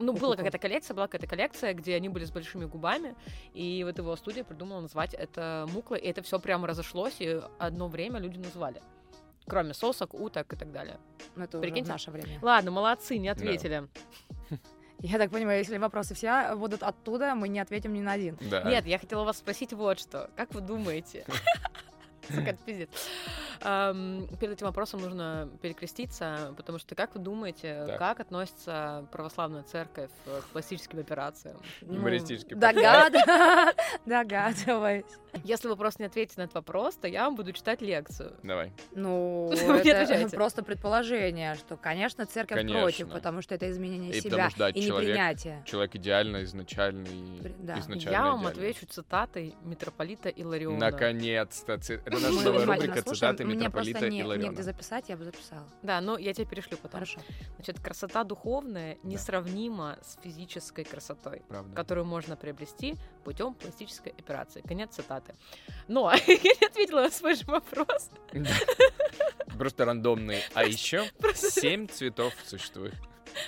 Speaker 2: Ну,
Speaker 3: у
Speaker 2: была
Speaker 3: кукол?
Speaker 2: какая-то коллекция, была какая-то коллекция, где они были с большими губами, и вот его студия придумала назвать это муклы, и это все прямо разошлось, и одно время люди назвали. Кроме сосок, уток и так далее.
Speaker 3: Ну, это уже в
Speaker 2: Прикиньте.
Speaker 3: наше время.
Speaker 2: Ладно, молодцы, не ответили.
Speaker 3: Я так понимаю, если вопросы все будут оттуда, мы не ответим ни на один.
Speaker 1: Да.
Speaker 2: Нет, я хотела вас спросить вот что. Как
Speaker 1: [laughs]
Speaker 2: вы думаете? Сука, это пиздец. Ам, Перед этим вопросом нужно перекреститься, потому что как вы думаете,
Speaker 1: Так.
Speaker 2: как относится православная церковь э, к пластическим операциям?
Speaker 1: Юмористический
Speaker 3: Ну, [laughs] Догад... Догадываюсь.
Speaker 2: Если вы просто не ответите на этот вопрос, то я вам буду читать лекцию.
Speaker 1: Давай.
Speaker 3: [laughs] Ну,
Speaker 2: Вы не
Speaker 3: это
Speaker 2: отвечаете.
Speaker 3: просто предположение, что, конечно, церковь
Speaker 1: Конечно.
Speaker 3: против, потому что это изменение
Speaker 1: И
Speaker 3: себя
Speaker 1: потому что, да,
Speaker 3: и
Speaker 1: человек-
Speaker 3: непринятие.
Speaker 1: Человек идеально, изначальный.
Speaker 3: При- да.
Speaker 1: изначально
Speaker 2: Я вам
Speaker 1: идеально.
Speaker 2: отвечу цитатой митрополита Илариона.
Speaker 1: Наконец-то. ци- Это
Speaker 3: Мы
Speaker 1: наша новая
Speaker 3: внимательно
Speaker 1: рубрика
Speaker 3: слушаем,
Speaker 1: цитаты
Speaker 3: мне просто
Speaker 1: митрополита
Speaker 3: не- негде
Speaker 1: Илариона.
Speaker 3: записать, я бы записала.
Speaker 2: Да, но я тебе перешлю потом.
Speaker 3: Хорошо.
Speaker 2: Значит, красота духовная несравнима с физической красотой,
Speaker 1: Правда. [laughs]
Speaker 2: которую можно приобрести путем пластической операции. Конец цитаты. Но [laughs] я не ответила на свой же вопрос. [laughs]
Speaker 1: Просто рандомный. А еще
Speaker 2: Просто
Speaker 1: семь цветов существует.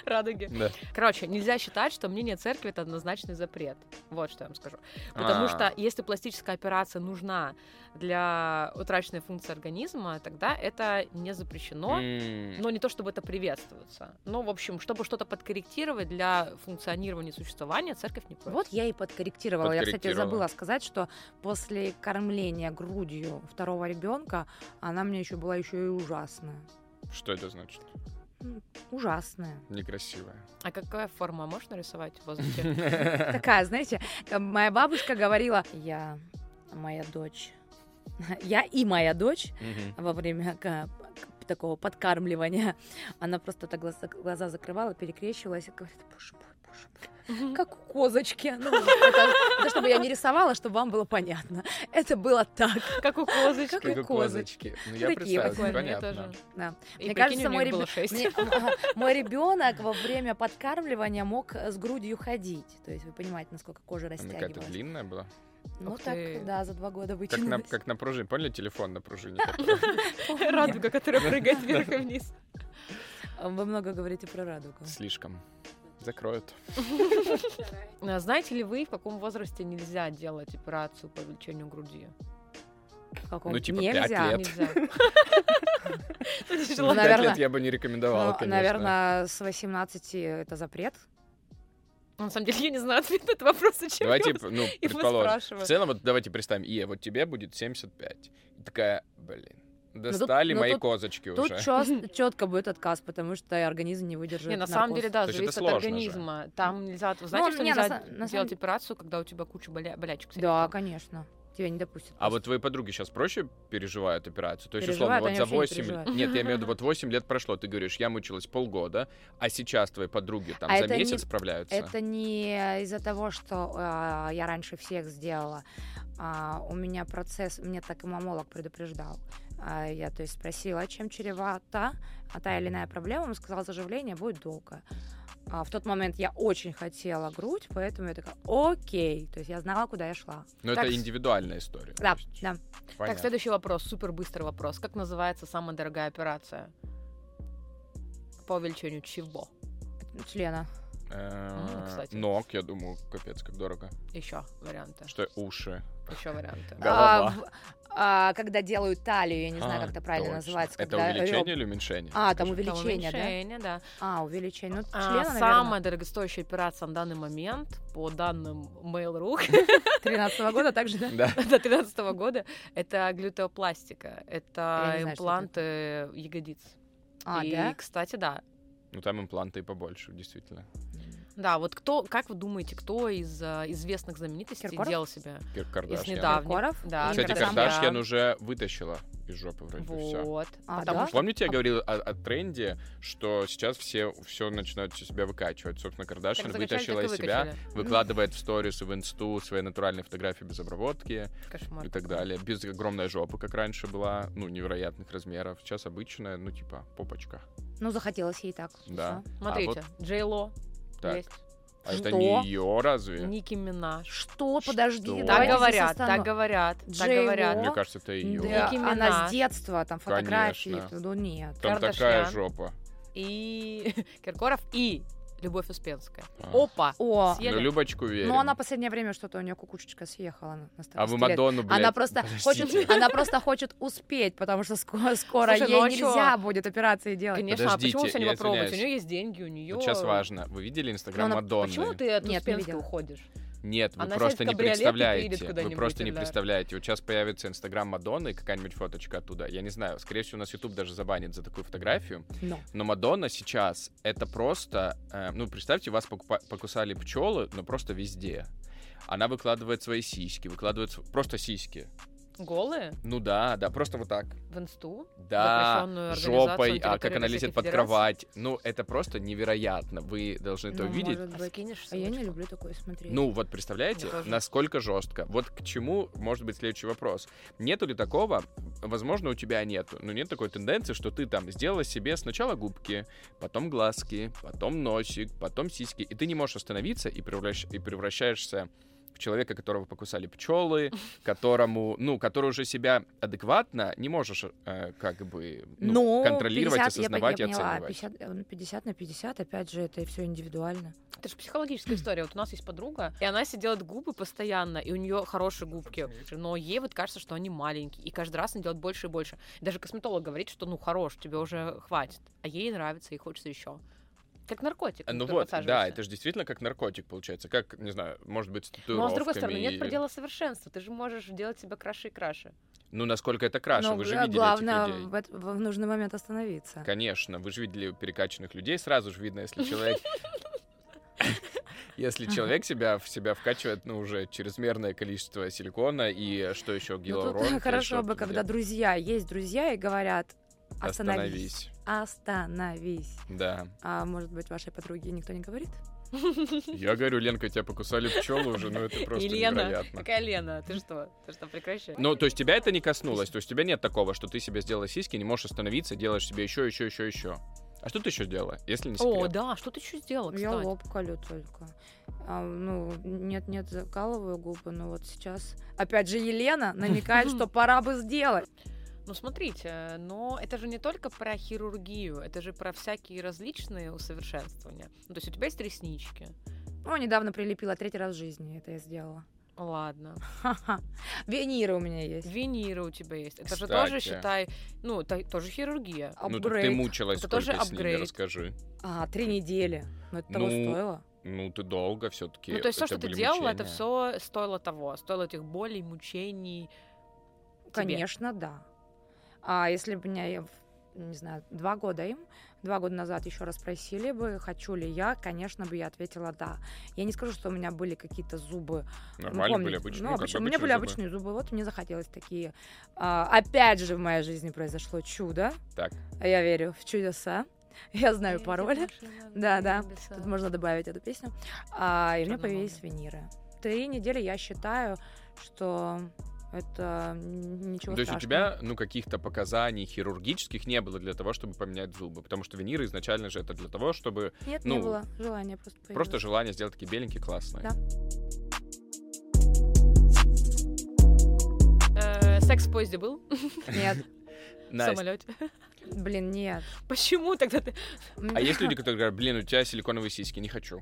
Speaker 2: радуги.
Speaker 1: Да.
Speaker 2: Короче, нельзя считать, что мнение церкви это однозначный запрет. Вот что я вам скажу. Потому
Speaker 1: А.
Speaker 2: что если пластическая операция нужна для утраченной функции организма, тогда это не запрещено.
Speaker 1: М,
Speaker 2: Но не то, чтобы это приветствуется. Ну, в общем, чтобы что-то подкорректировать для функционирования и существования, церковь не против.
Speaker 3: Вот я и подкорректировала. Я, кстати,
Speaker 1: Подкорректировала.
Speaker 3: забыла сказать, что после кормления грудью второго ребенка она мне еще была еще и ужасная.
Speaker 1: Что это значит? [laughs]
Speaker 3: Ужасная.
Speaker 2: [laughs]
Speaker 1: Некрасивое.
Speaker 2: А какая форма? Можешь нарисовать воздухе?
Speaker 3: [laughs] Такая, знаете, как моя бабушка говорила, я моя дочь. Я и моя дочь
Speaker 1: Мгм.
Speaker 3: во время ка- к- такого подкармливания. Она просто так глаза, глаза закрывала, перекрещивалась и говорит, боже мой, боже похож. Как у козочки. Ну, это, это чтобы я не рисовала, чтобы вам было понятно. Это было так.
Speaker 2: Как у козочки.
Speaker 3: Как у козочки.
Speaker 1: Ну,
Speaker 3: Ну,
Speaker 1: я
Speaker 3: такие
Speaker 1: представил,
Speaker 2: Прикольно, я
Speaker 1: понятно.
Speaker 2: тоже. И
Speaker 3: Да. Мне
Speaker 2: прикинь,
Speaker 3: кажется,
Speaker 2: у
Speaker 3: мой
Speaker 2: них было
Speaker 3: ребё-
Speaker 2: шесть. [laughs]
Speaker 3: Мне- ага, а, мой ребенок во время подкармливания мог с грудью ходить. То есть вы понимаете, насколько кожа
Speaker 1: Она какая-то
Speaker 3: растягивалась.
Speaker 1: длинная была.
Speaker 3: Ну
Speaker 2: Ух ты.
Speaker 3: так, да, за два года
Speaker 1: Как на,
Speaker 3: вытянулась.
Speaker 1: как на пружине. Поняли телефон на
Speaker 3: [laughs]
Speaker 1: пружине?
Speaker 3: Помню.
Speaker 2: Радуга, которая прыгает вверх и вниз.
Speaker 3: А Вы много говорите про радугу.
Speaker 1: Слишком.
Speaker 3: [laughs]
Speaker 1: Закроют.
Speaker 2: [laughs] А Знаете ли вы, в каком возрасте нельзя делать операцию по увеличению груди? А,
Speaker 3: В каком?
Speaker 1: Ну, типа, пять
Speaker 3: Нельзя.
Speaker 1: лет.
Speaker 2: [laughs] Нельзя. Ну,
Speaker 1: Ну,
Speaker 2: тяжело.
Speaker 1: пять
Speaker 3: наверное-
Speaker 1: лет я бы не рекомендовала,
Speaker 3: Ну,
Speaker 1: конечно.
Speaker 3: наверное, с 18 это запрет.
Speaker 2: На самом деле, я не знаю ответ на этот вопрос. Зачем
Speaker 3: [laughs]
Speaker 1: Давайте,
Speaker 2: я вас-
Speaker 1: ну,
Speaker 2: его
Speaker 1: предположим. В
Speaker 2: спрашиваю?
Speaker 1: целом, вот давайте представим, Ия, вот тебе будет 75. И такая, блин, достали
Speaker 3: ну,
Speaker 1: мои
Speaker 3: тут-
Speaker 1: козочки
Speaker 3: Тут
Speaker 1: уже. [laughs]
Speaker 3: четко будет отказ, потому что организм не выдержит.
Speaker 2: Не, на самом деле, да,
Speaker 1: То есть это
Speaker 2: зависит от
Speaker 1: сложно же.
Speaker 2: организма. Там нельзя... Вы Знаете,
Speaker 3: Ну,
Speaker 2: что
Speaker 3: не, на
Speaker 2: нельзя
Speaker 3: са- на
Speaker 2: делать
Speaker 3: самом-
Speaker 2: операцию, когда у тебя куча боля- болячек? всяких
Speaker 3: Да,
Speaker 2: там?
Speaker 3: конечно. Тебя не допустят.
Speaker 1: А вот твои подруги сейчас проще переживают операцию? То есть, условно,
Speaker 3: Переживают,
Speaker 1: вот
Speaker 3: они
Speaker 1: за
Speaker 3: вообще не
Speaker 1: 8...
Speaker 3: переживают.
Speaker 1: Нет, я имею в виду,
Speaker 3: [laughs]
Speaker 1: вот 8 лет прошло, ты говоришь, я мучилась полгода, а сейчас твои подруги там
Speaker 3: А
Speaker 1: за
Speaker 3: это не-
Speaker 1: месяц справляются?
Speaker 3: Это не из-за того, что а, я раньше всех сделала. А, у меня процесс, мне так и мамолог предупреждал. А, я, то есть, спросила, чем чревата а та или иная проблема, он сказал, заживление будет долго. А, в тот момент я очень хотела грудь, поэтому я такая, окей. То есть я знала, куда я шла.
Speaker 1: Но
Speaker 3: так
Speaker 1: Ну, это
Speaker 3: с-
Speaker 1: индивидуальная история.
Speaker 3: Да,
Speaker 1: то есть,
Speaker 3: да.
Speaker 2: Так,
Speaker 1: понятно.
Speaker 2: следующий вопрос, супер быстрый вопрос. Как называется самая дорогая операция? По увеличению чего?
Speaker 3: Члена.
Speaker 1: Э,
Speaker 2: М, кстати.
Speaker 1: Ног, я думаю, капец, как дорого.
Speaker 2: Еще варианты.
Speaker 1: Что уши.
Speaker 2: Еще варианты.
Speaker 1: Да. Голова.
Speaker 3: А, в- а, когда делают талию, я не знаю,
Speaker 1: А,
Speaker 3: как это правильно
Speaker 1: точно.
Speaker 3: называется.
Speaker 1: Это
Speaker 3: когда реб-
Speaker 1: увеличение или уменьшение?
Speaker 3: А, там
Speaker 1: Скажи.
Speaker 2: Там
Speaker 3: увеличение, да?
Speaker 2: увеличение, да.
Speaker 3: А, увеличение. Ну,
Speaker 2: А,
Speaker 3: члена, наверное,
Speaker 2: самая дорогостоящая операция на данный момент, по данным Mail.ru, [laughs]
Speaker 3: 13 года также, да?
Speaker 1: Да.
Speaker 2: до 2013 года, это глютеопластика.
Speaker 3: Я
Speaker 2: Это
Speaker 3: не знаю, что
Speaker 2: импланты э, ягодиц.
Speaker 3: А,
Speaker 2: И,
Speaker 3: да?
Speaker 2: кстати, да.
Speaker 1: Ну там импланты и побольше, действительно.
Speaker 2: Да, вот кто, как вы думаете, кто из э, известных знаменитостей
Speaker 3: Киркоров?
Speaker 2: делал себе?
Speaker 1: Кир
Speaker 2: Из
Speaker 1: Кардашьян.
Speaker 2: недавних.
Speaker 3: Киркоров?
Speaker 2: Да,
Speaker 3: И
Speaker 1: Кстати,
Speaker 2: Кардашьян.
Speaker 1: Кардашьян уже вытащила из жопы вроде бы все.
Speaker 2: Вот.
Speaker 3: А,
Speaker 2: Потому
Speaker 3: да?
Speaker 2: что
Speaker 1: Помните, я говорил о, о тренде, что сейчас все все начинают из себя выкачивать. Собственно, Кардашьян
Speaker 2: так закачали,
Speaker 1: вытащила
Speaker 2: так и
Speaker 1: из себя,
Speaker 2: выкачали.
Speaker 1: выкладывает в сторис и в инсту свои натуральные фотографии без обработки
Speaker 2: Кошмар.
Speaker 1: и так далее. Без огромной жопы, как раньше была, ну, невероятных размеров. Сейчас обычная, ну, типа, попочка.
Speaker 3: Ну, захотелось ей так.
Speaker 1: Да.
Speaker 3: всё.
Speaker 2: Смотрите, Джей Ло
Speaker 1: А Так.
Speaker 2: есть,
Speaker 1: А это
Speaker 3: Что?
Speaker 1: не ее разве?
Speaker 2: Ники Минаж.
Speaker 3: Что? Подожди.
Speaker 1: Что?
Speaker 2: Так
Speaker 3: давайте
Speaker 2: говорят,
Speaker 3: здесь останов-
Speaker 2: так говорят, так
Speaker 3: Джей
Speaker 2: говорят.
Speaker 1: Мне
Speaker 3: Ло?
Speaker 1: кажется, это ее.
Speaker 3: Да,
Speaker 2: Ники
Speaker 3: она
Speaker 2: Минаж.
Speaker 3: с детства, там фотографии.
Speaker 1: Конечно.
Speaker 3: Ну, нет.
Speaker 1: Там такая
Speaker 2: Кардашьян.
Speaker 1: жопа.
Speaker 2: И [laughs] Киркоров, и Любовь Успенская.
Speaker 1: А.
Speaker 2: Опа!
Speaker 3: О,
Speaker 2: Съели.
Speaker 1: Ну, Любочку верим.
Speaker 3: ну она последнее время что-то у нее кукушечка съехала на- на
Speaker 1: А
Speaker 3: старости
Speaker 1: вы
Speaker 3: лет.
Speaker 1: Мадонну, блядь,
Speaker 3: Она просто,
Speaker 1: подождите.
Speaker 3: хочет, она просто хочет успеть, потому что скоро, скоро
Speaker 2: Слушай,
Speaker 3: ей
Speaker 2: ну а чё?
Speaker 3: нельзя будет операции делать.
Speaker 2: Конечно, а почему
Speaker 1: Подождите,
Speaker 2: все не
Speaker 1: я
Speaker 2: попробовать? У
Speaker 1: извиняюсь.
Speaker 2: нее есть деньги, у нее...
Speaker 1: Вот сейчас важно. Вы видели Инстаграм
Speaker 3: Но она-
Speaker 1: Мадонны?
Speaker 2: Почему ты от
Speaker 3: Нет, не
Speaker 2: Успенской
Speaker 3: видела.
Speaker 2: уходишь?
Speaker 1: Нет, вы
Speaker 2: Она
Speaker 1: просто
Speaker 2: сядет в
Speaker 1: не
Speaker 2: кабриолет и
Speaker 1: представляете.
Speaker 2: поедет
Speaker 1: Вы
Speaker 2: куда-нибудь,
Speaker 1: просто не
Speaker 2: или да.
Speaker 1: представляете. Вот сейчас появится Инстаграм Мадонны и какая-нибудь фоточка оттуда. Я не знаю, скорее всего, нас Ютуб даже забанит за такую фотографию.
Speaker 3: Но.
Speaker 1: Но Мадонна сейчас это просто... э, ну, представьте, вас покупа- покусали пчелы, но просто везде. Она выкладывает свои сиськи, выкладывает с- просто сиськи.
Speaker 2: Голые?
Speaker 1: Ну да, да, просто вот так.
Speaker 2: В инсту?
Speaker 1: Да,
Speaker 2: Запрещенную
Speaker 1: жопой,
Speaker 2: организацию на
Speaker 1: а как
Speaker 2: территории
Speaker 1: она
Speaker 2: Российской
Speaker 1: лезет под
Speaker 2: Федерации?
Speaker 1: кровать. Ну, это просто невероятно. Вы должны это
Speaker 3: Ну,
Speaker 1: увидеть.
Speaker 3: может
Speaker 2: А
Speaker 3: быть.
Speaker 2: скинешь
Speaker 3: А я не
Speaker 2: ссылочку?
Speaker 3: люблю такое смотреть.
Speaker 1: Ну, вот представляете,
Speaker 2: Мне тоже.
Speaker 1: насколько жестко. Вот к чему может быть следующий вопрос. Нету ли такого? Возможно, у тебя нету. Но нет такой тенденции, что ты там сделала себе сначала губки, потом глазки, потом носик, потом сиськи. И ты не можешь остановиться и, превращ- и превращаешься в человека, которого покусали
Speaker 3: [laughs]
Speaker 1: пчелы, которому, ну, который уже себя адекватно не можешь э, как бы ну,
Speaker 3: Ну,
Speaker 1: контролировать,
Speaker 3: 50, я
Speaker 1: осознавать
Speaker 3: пон-
Speaker 1: и
Speaker 3: я поняла,
Speaker 1: оценивать.
Speaker 3: 50, э, 50 на 50, опять же, это все индивидуально.
Speaker 2: Это же психологическая история. Вот у нас есть подруга, и она себе делает губы постоянно, и у нее хорошие губки, но ей вот кажется, что они маленькие, и каждый раз она делает больше и больше. Даже косметолог говорит, что ну хорош, тебе уже хватит, а ей нравится и хочется еще. Как наркотик.
Speaker 1: А,
Speaker 2: на
Speaker 1: Ну
Speaker 2: который
Speaker 1: вот, да,
Speaker 2: подсаживаешься.
Speaker 1: это же действительно как наркотик получается, как, не знаю, может быть, с
Speaker 3: Ну,
Speaker 2: Но а с другой
Speaker 1: татуировками
Speaker 2: стороны, нет
Speaker 1: и-
Speaker 2: предела совершенства. Ты же можешь делать себя краше и краше.
Speaker 1: Ну, насколько это краше,
Speaker 3: Но
Speaker 1: вы же
Speaker 3: гла-
Speaker 1: видели
Speaker 3: э, главное
Speaker 1: этих людей.
Speaker 3: В, эт- в нужный момент остановиться.
Speaker 1: Конечно, вы же видели перекачанных людей, сразу же видно, если
Speaker 3: [laughs]
Speaker 1: человек... Если человек себя в себя вкачивает, ну, уже чрезмерное количество силикона и что еще,
Speaker 3: Ну, тут
Speaker 1: гиалурон.
Speaker 3: [laughs] хорошо бы, когда друзья, есть друзья и говорят, остановись.
Speaker 1: Остановись.
Speaker 3: Остановись.
Speaker 1: Да.
Speaker 3: А может быть, вашей подруге никто не говорит?
Speaker 1: Я говорю, Ленка, тебя покусали пчелы уже, ну
Speaker 3: [laughs]
Speaker 1: это просто
Speaker 2: Елена,
Speaker 1: невероятно.
Speaker 2: какая Лена? Ты что? Ты что, прекращай?
Speaker 1: Ну, то есть тебя это не коснулось, то есть у тебя нет такого, что ты себе сделала сиськи, не можешь остановиться, делаешь себе еще, еще, еще, еще. А что ты еще делала, если не секрет?
Speaker 2: О, да, что ты еще сделала,
Speaker 3: Я
Speaker 2: кстати?
Speaker 3: лоб колю только. А, ну, нет-нет, закалываю губы, но вот сейчас... Опять же, Елена
Speaker 1: [laughs]
Speaker 3: намекает, что пора бы сделать.
Speaker 2: Ну, смотрите, но это же не только про хирургию, это же про всякие различные усовершенствования. Ну, то есть у тебя есть реснички.
Speaker 3: Ну, недавно прилепила, третий раз в жизни это я сделала.
Speaker 2: Ладно.
Speaker 3: Ха-ха. Виниры у меня есть.
Speaker 1: Ну,
Speaker 2: Виниры у тебя есть. Это же
Speaker 1: Кстати.
Speaker 2: тоже, считай, ну, та- тоже хирургия.
Speaker 1: Ну, так ты
Speaker 3: Апгрейд.
Speaker 1: мучилась
Speaker 2: Это
Speaker 1: сколько
Speaker 2: тоже
Speaker 1: с ними,
Speaker 2: апгрейд.
Speaker 1: расскажи.
Speaker 3: А, три недели. Ну, это того
Speaker 1: Ну,
Speaker 3: стоило.
Speaker 1: Ну, ты долго все-таки.
Speaker 2: Ну, то есть все, что ты делала, это все стоило того, стоило этих болей, мучений. тебе.
Speaker 3: Конечно, да. А если бы меня, я в- не знаю, два года им, два года назад еще раз спросили бы, хочу ли я, конечно бы я ответила да. Я не скажу, что у меня были какие-то зубы. Ну,
Speaker 1: Нормально были
Speaker 3: помните,
Speaker 1: обычные.
Speaker 3: ну,
Speaker 1: как
Speaker 3: обычные- у меня были
Speaker 1: обычные зубы.
Speaker 3: обычные зубы, вот мне захотелось такие. А, опять же в моей жизни произошло чудо.
Speaker 1: Так.
Speaker 3: Я верю в чудеса. Я знаю
Speaker 2: Верите,
Speaker 3: пароли. [laughs]
Speaker 2: Маша, на
Speaker 3: Да, да.
Speaker 2: небеса.
Speaker 3: Тут можно добавить эту песню. А, и у меня
Speaker 2: Черномазый.
Speaker 3: появились виниры. Три недели я считаю, что это н- ничего
Speaker 1: То есть у
Speaker 3: страшного.
Speaker 1: тебя, ну, каких-то показаний хирургических не было для того, чтобы поменять зубы, потому что виниры изначально же это для того, чтобы
Speaker 3: Нет,
Speaker 1: ну,
Speaker 3: не было желания просто появилось.
Speaker 1: просто желание сделать такие беленькие классные.
Speaker 3: Да.
Speaker 2: Э, Секс в поезде был? [laughs]
Speaker 3: Нет,
Speaker 2: В
Speaker 1: Настя,
Speaker 2: самолете?
Speaker 3: блин, нет.
Speaker 2: Почему тогда ты...
Speaker 1: а есть
Speaker 3: [laughs]
Speaker 1: люди, которые говорят, блин, у тебя силиконовые сиськи, не хочу.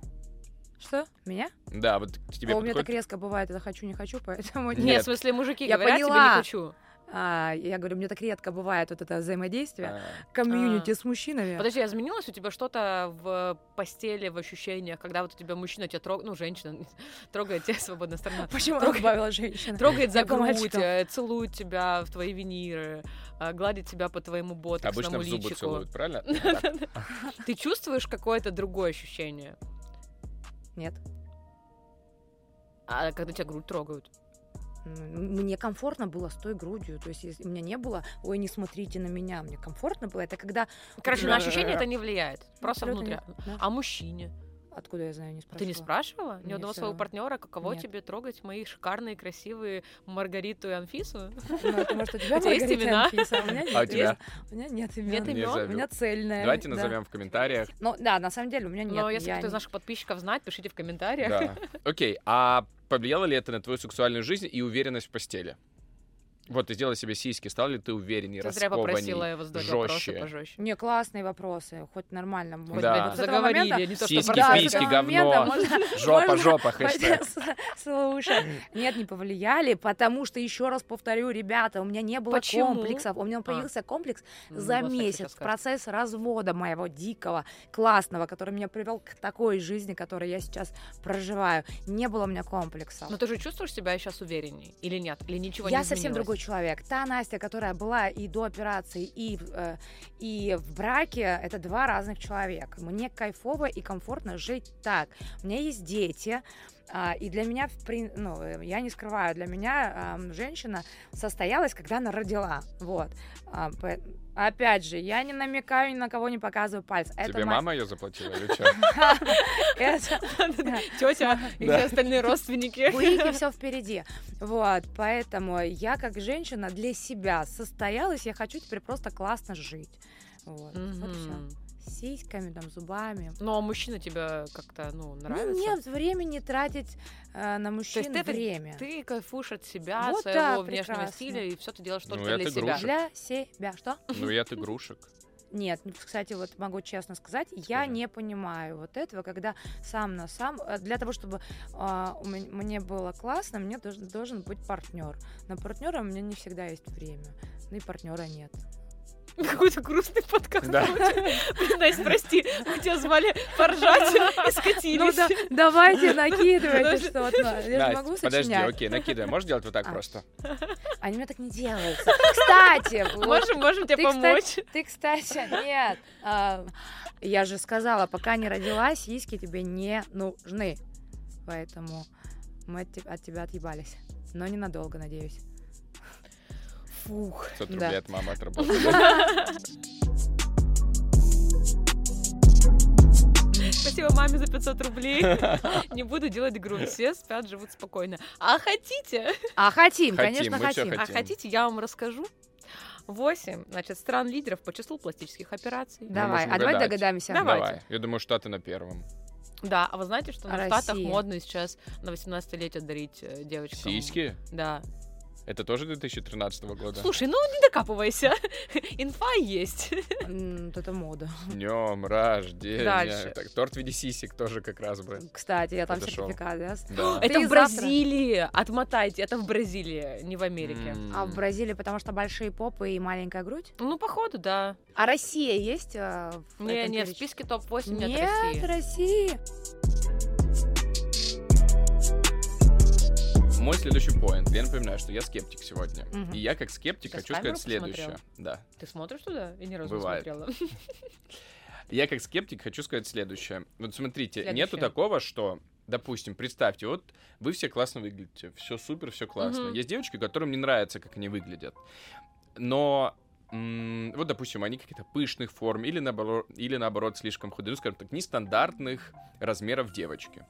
Speaker 3: Что? Меня?
Speaker 1: Да, вот к тебе
Speaker 3: О, у меня так
Speaker 1: подходит-
Speaker 3: резко бывает, это хочу, не хочу, [laughs] поэтому
Speaker 1: Нет.
Speaker 2: Нет, в смысле, мужики
Speaker 3: Я
Speaker 2: говорят, тебе не
Speaker 3: поняла.
Speaker 2: хочу.
Speaker 3: А, я говорю, мне так редко бывает вот это взаимодействие,
Speaker 1: А,
Speaker 3: комьюнити
Speaker 2: А.
Speaker 3: с мужчинами.
Speaker 2: Подожди, а изменилось у тебя что-то в постели, в ощущениях, когда вот у тебя мужчина тебя трогает, ну, женщина [laughs] трогает тебя свободная
Speaker 3: [laughs]
Speaker 2: сторона,
Speaker 3: [laughs] Почему
Speaker 2: Трогай.
Speaker 3: добавила женщина?
Speaker 2: трогает за
Speaker 3: Я думала,
Speaker 2: грудь,
Speaker 3: что-
Speaker 2: э, целует тебя в твои виниры, э, гладит тебя по твоему
Speaker 1: Обычно
Speaker 2: ботоксному
Speaker 1: в зубы
Speaker 2: личику.
Speaker 1: целуют,
Speaker 3: [laughs]
Speaker 1: правильно? Так.
Speaker 2: Ты чувствуешь какое-то другое ощущение,
Speaker 3: Нет.
Speaker 2: а когда тебя грудь трогают?
Speaker 3: М, Мне комфортно было с той грудью. То есть если- у меня не было, ой, не смотрите на меня. Мне комфортно было. Это когда...
Speaker 2: Короче, на ощущение это не
Speaker 3: [laughs]
Speaker 2: влияет, просто
Speaker 3: Абсолютно
Speaker 2: внутрь.
Speaker 3: не- да.
Speaker 2: А мужчине?
Speaker 3: Откуда я знаю, не спрашивала.
Speaker 2: Ты не спрашивала ни
Speaker 3: Мне
Speaker 2: одного
Speaker 3: всё
Speaker 2: своего
Speaker 3: равно.
Speaker 2: партнера, каково
Speaker 3: э, Нет.
Speaker 2: тебе трогать мои шикарные, красивые Маргариту и Анфису?
Speaker 3: Ну, это, может, у
Speaker 2: [laughs]
Speaker 3: тебя
Speaker 2: У тебя есть
Speaker 3: Маргарита
Speaker 2: имена?
Speaker 3: Анфиса, а у меня нет.
Speaker 1: А у тебя?
Speaker 3: есть. У меня нет имен.
Speaker 2: Нет
Speaker 1: Не
Speaker 2: имен?
Speaker 1: знаю.
Speaker 3: У меня цельная.
Speaker 1: Давайте
Speaker 3: да.
Speaker 1: назовем в комментариях.
Speaker 3: Ну, да, на самом деле у меня нет. ну
Speaker 2: Но если
Speaker 3: я
Speaker 2: кто из
Speaker 3: не-
Speaker 2: наших подписчиков знает, пишите в комментариях. [laughs]
Speaker 1: Да. Окей, а повлияло ли это на твою сексуальную жизнь и уверенность в постели? Вот, ты сделала себе сиськи, стал ли ты увереннее,
Speaker 2: Ты зря попросила
Speaker 1: раскованней?
Speaker 2: его задать
Speaker 1: жёстче.
Speaker 2: вопросы пожестче.
Speaker 3: Не, классные вопросы, хоть нормально. Может
Speaker 1: Да.
Speaker 3: быть, вот с этого
Speaker 2: Заговорили,
Speaker 3: момента-
Speaker 2: не то что
Speaker 1: Сиськи,
Speaker 3: Да, с
Speaker 2: попросили.
Speaker 1: письки,
Speaker 3: этого
Speaker 1: говно.
Speaker 2: [laughs]
Speaker 3: момента можно-
Speaker 1: Жопа,
Speaker 3: [laughs] можно
Speaker 1: жопа, хэштег.
Speaker 3: пойти- Слушай, нет, не повлияли, потому что, еще раз повторю, ребята, у меня не было
Speaker 2: Почему?
Speaker 3: комплексов. У меня появился комплекс
Speaker 2: Ну,
Speaker 3: за
Speaker 2: вот так и
Speaker 3: месяц.
Speaker 2: рассказывай.
Speaker 3: Процесс развода моего дикого, классного, который меня привел к такой жизни, которую я сейчас проживаю. Не было у меня комплексов.
Speaker 2: Но ты же чувствуешь себя сейчас уверенней? Или нет? Или ничего не
Speaker 3: Я совсем
Speaker 2: изменилось?
Speaker 3: другой человек. Та Настя, которая была и до операции, и, в, э, и в браке, это два разных человека. Мне кайфово и комфортно жить так. У меня есть дети, а, и для меня, в прин- ну, э, я не скрываю, для меня ам, женщина состоялась, когда она родила. Вот. А, пэ- Опять же, я не намекаю ни на кого, не показываю пальцем. Это
Speaker 1: Тебе
Speaker 3: моя-
Speaker 1: мама ее заплатила или что?
Speaker 3: [laughs] Это-
Speaker 2: [laughs] Тетя и все остальные родственники. [laughs]
Speaker 3: У них все впереди. Вот, поэтому я как женщина для себя состоялась, я хочу теперь просто классно жить. Вот, вот и всё.
Speaker 2: Мгм.
Speaker 3: С сиськами, там, зубами.
Speaker 2: Ну, а мужчина тебя как-то, ну,
Speaker 3: Ну,
Speaker 2: нравится?
Speaker 3: нет времени тратить э, на мужчин
Speaker 2: ты это-
Speaker 3: время.
Speaker 2: Ты кайфуешь от себя,
Speaker 3: Вот
Speaker 2: своего
Speaker 3: так,
Speaker 2: внешнего
Speaker 3: прекрасно.
Speaker 2: стиля, и все ты делаешь
Speaker 1: Ну,
Speaker 2: только
Speaker 1: это
Speaker 2: для себя.
Speaker 1: груша.
Speaker 3: Для себя. Что?
Speaker 1: Ну, я ты игрушек.
Speaker 3: Нет, ну, кстати, вот могу честно сказать, я
Speaker 1: Скажи.
Speaker 3: не понимаю вот этого, когда сам на сам, э, для того, чтобы а, у мен- мне было классно, мне должен, должен быть партнер. На партнера у меня не всегда есть время, ну и партнера нет.
Speaker 2: [laughs] Какой-то грустный подкаст. [laughs]
Speaker 1: Да.
Speaker 2: получился. Настя, прости, мы тебя
Speaker 3: [laughs]
Speaker 2: звали поржать и
Speaker 3: Ну
Speaker 2: скатились.
Speaker 3: да,
Speaker 1: [laughs]
Speaker 3: давайте
Speaker 2: Подожди.
Speaker 3: накидывайте что-то. Я же
Speaker 1: Настя,
Speaker 3: могу
Speaker 1: подожди,
Speaker 3: сочинять.
Speaker 1: окей, накидай. Можешь делать вот так
Speaker 3: А.
Speaker 1: просто?
Speaker 3: Они у меня так не делаются.
Speaker 1: [laughs]
Speaker 3: Кстати, вот
Speaker 2: Можем, можем тебе
Speaker 3: Ты, кстати,
Speaker 2: помочь.
Speaker 3: ты, кстати, нет. а, Я же сказала, пока не родилась, сиськи тебе не нужны. Поэтому мы от те- от тебя отъебались. Но ненадолго, надеюсь.
Speaker 2: Фух.
Speaker 1: 500
Speaker 3: Да.
Speaker 1: рублей от мамы
Speaker 3: [laughs]
Speaker 1: отработала.
Speaker 2: Спасибо маме за 500 рублей. [laughs] Не буду делать грудь. Все спят, живут спокойно. А хотите?
Speaker 3: А
Speaker 1: Хотим,
Speaker 3: хотим, конечно,
Speaker 1: мы всё
Speaker 3: хотим.
Speaker 2: А хотите, я вам расскажу. Восемь, значит, стран лидеров по числу пластических операций.
Speaker 1: Да.
Speaker 3: Давай,
Speaker 1: можем
Speaker 3: а давай
Speaker 1: угадать.
Speaker 3: догадаемся.
Speaker 2: Давай. Давайте.
Speaker 1: Давай. Я думаю, Штаты на первом.
Speaker 2: Да, а вы знаете, что
Speaker 3: А
Speaker 2: на Штатах
Speaker 3: Россия?
Speaker 2: модно сейчас на 18-летие дарить э, девочкам?
Speaker 1: Сиськи?
Speaker 2: Да.
Speaker 1: Это тоже 2013 года?
Speaker 2: Слушай, ну не докапывайся. [laughs] Инфа есть.
Speaker 3: М, вот это мода.
Speaker 1: Днем рождения.
Speaker 2: Дальше.
Speaker 1: Так, торт в виде сисек тоже как раз бы.
Speaker 3: Кстати, я там
Speaker 1: Подошёл.
Speaker 3: сертификат, да? с-
Speaker 2: [gasps]
Speaker 1: Да.
Speaker 2: Это
Speaker 3: Ты
Speaker 2: в Бразилии. Отмотайте, это в Бразилии, не в Америке.
Speaker 1: М.
Speaker 3: А в Бразилии, потому что большие попы и маленькая грудь.
Speaker 2: Ну, походу, да.
Speaker 3: А Россия есть? э, в
Speaker 2: Не,
Speaker 3: этом
Speaker 2: Ну, не, в
Speaker 3: перечне?
Speaker 2: списке топ-8 нет,
Speaker 3: Нет,
Speaker 2: России.
Speaker 3: России.
Speaker 1: Мой следующий поинт. Я напоминаю, что я скептик сегодня.
Speaker 3: Мгм.
Speaker 1: И я как скептик
Speaker 2: Сейчас
Speaker 1: хочу
Speaker 2: камеру
Speaker 1: сказать следующее.
Speaker 2: посмотрела?
Speaker 1: Да.
Speaker 2: Ты смотришь туда? Я ни разу
Speaker 1: Бывает.
Speaker 2: не смотрела.
Speaker 1: Я как скептик хочу сказать следующее. Вот смотрите, нету
Speaker 2: Следующее.
Speaker 1: такого, что, допустим, представьте, вот вы все классно выглядите, все супер, все классно.
Speaker 2: Мгм.
Speaker 1: Есть девочки, которым не нравится, как они выглядят, но м, вот, допустим, они каких-то пышных форм или наоборот, или наоборот слишком худые, ну, скажем так, нестандартных размеров девочки.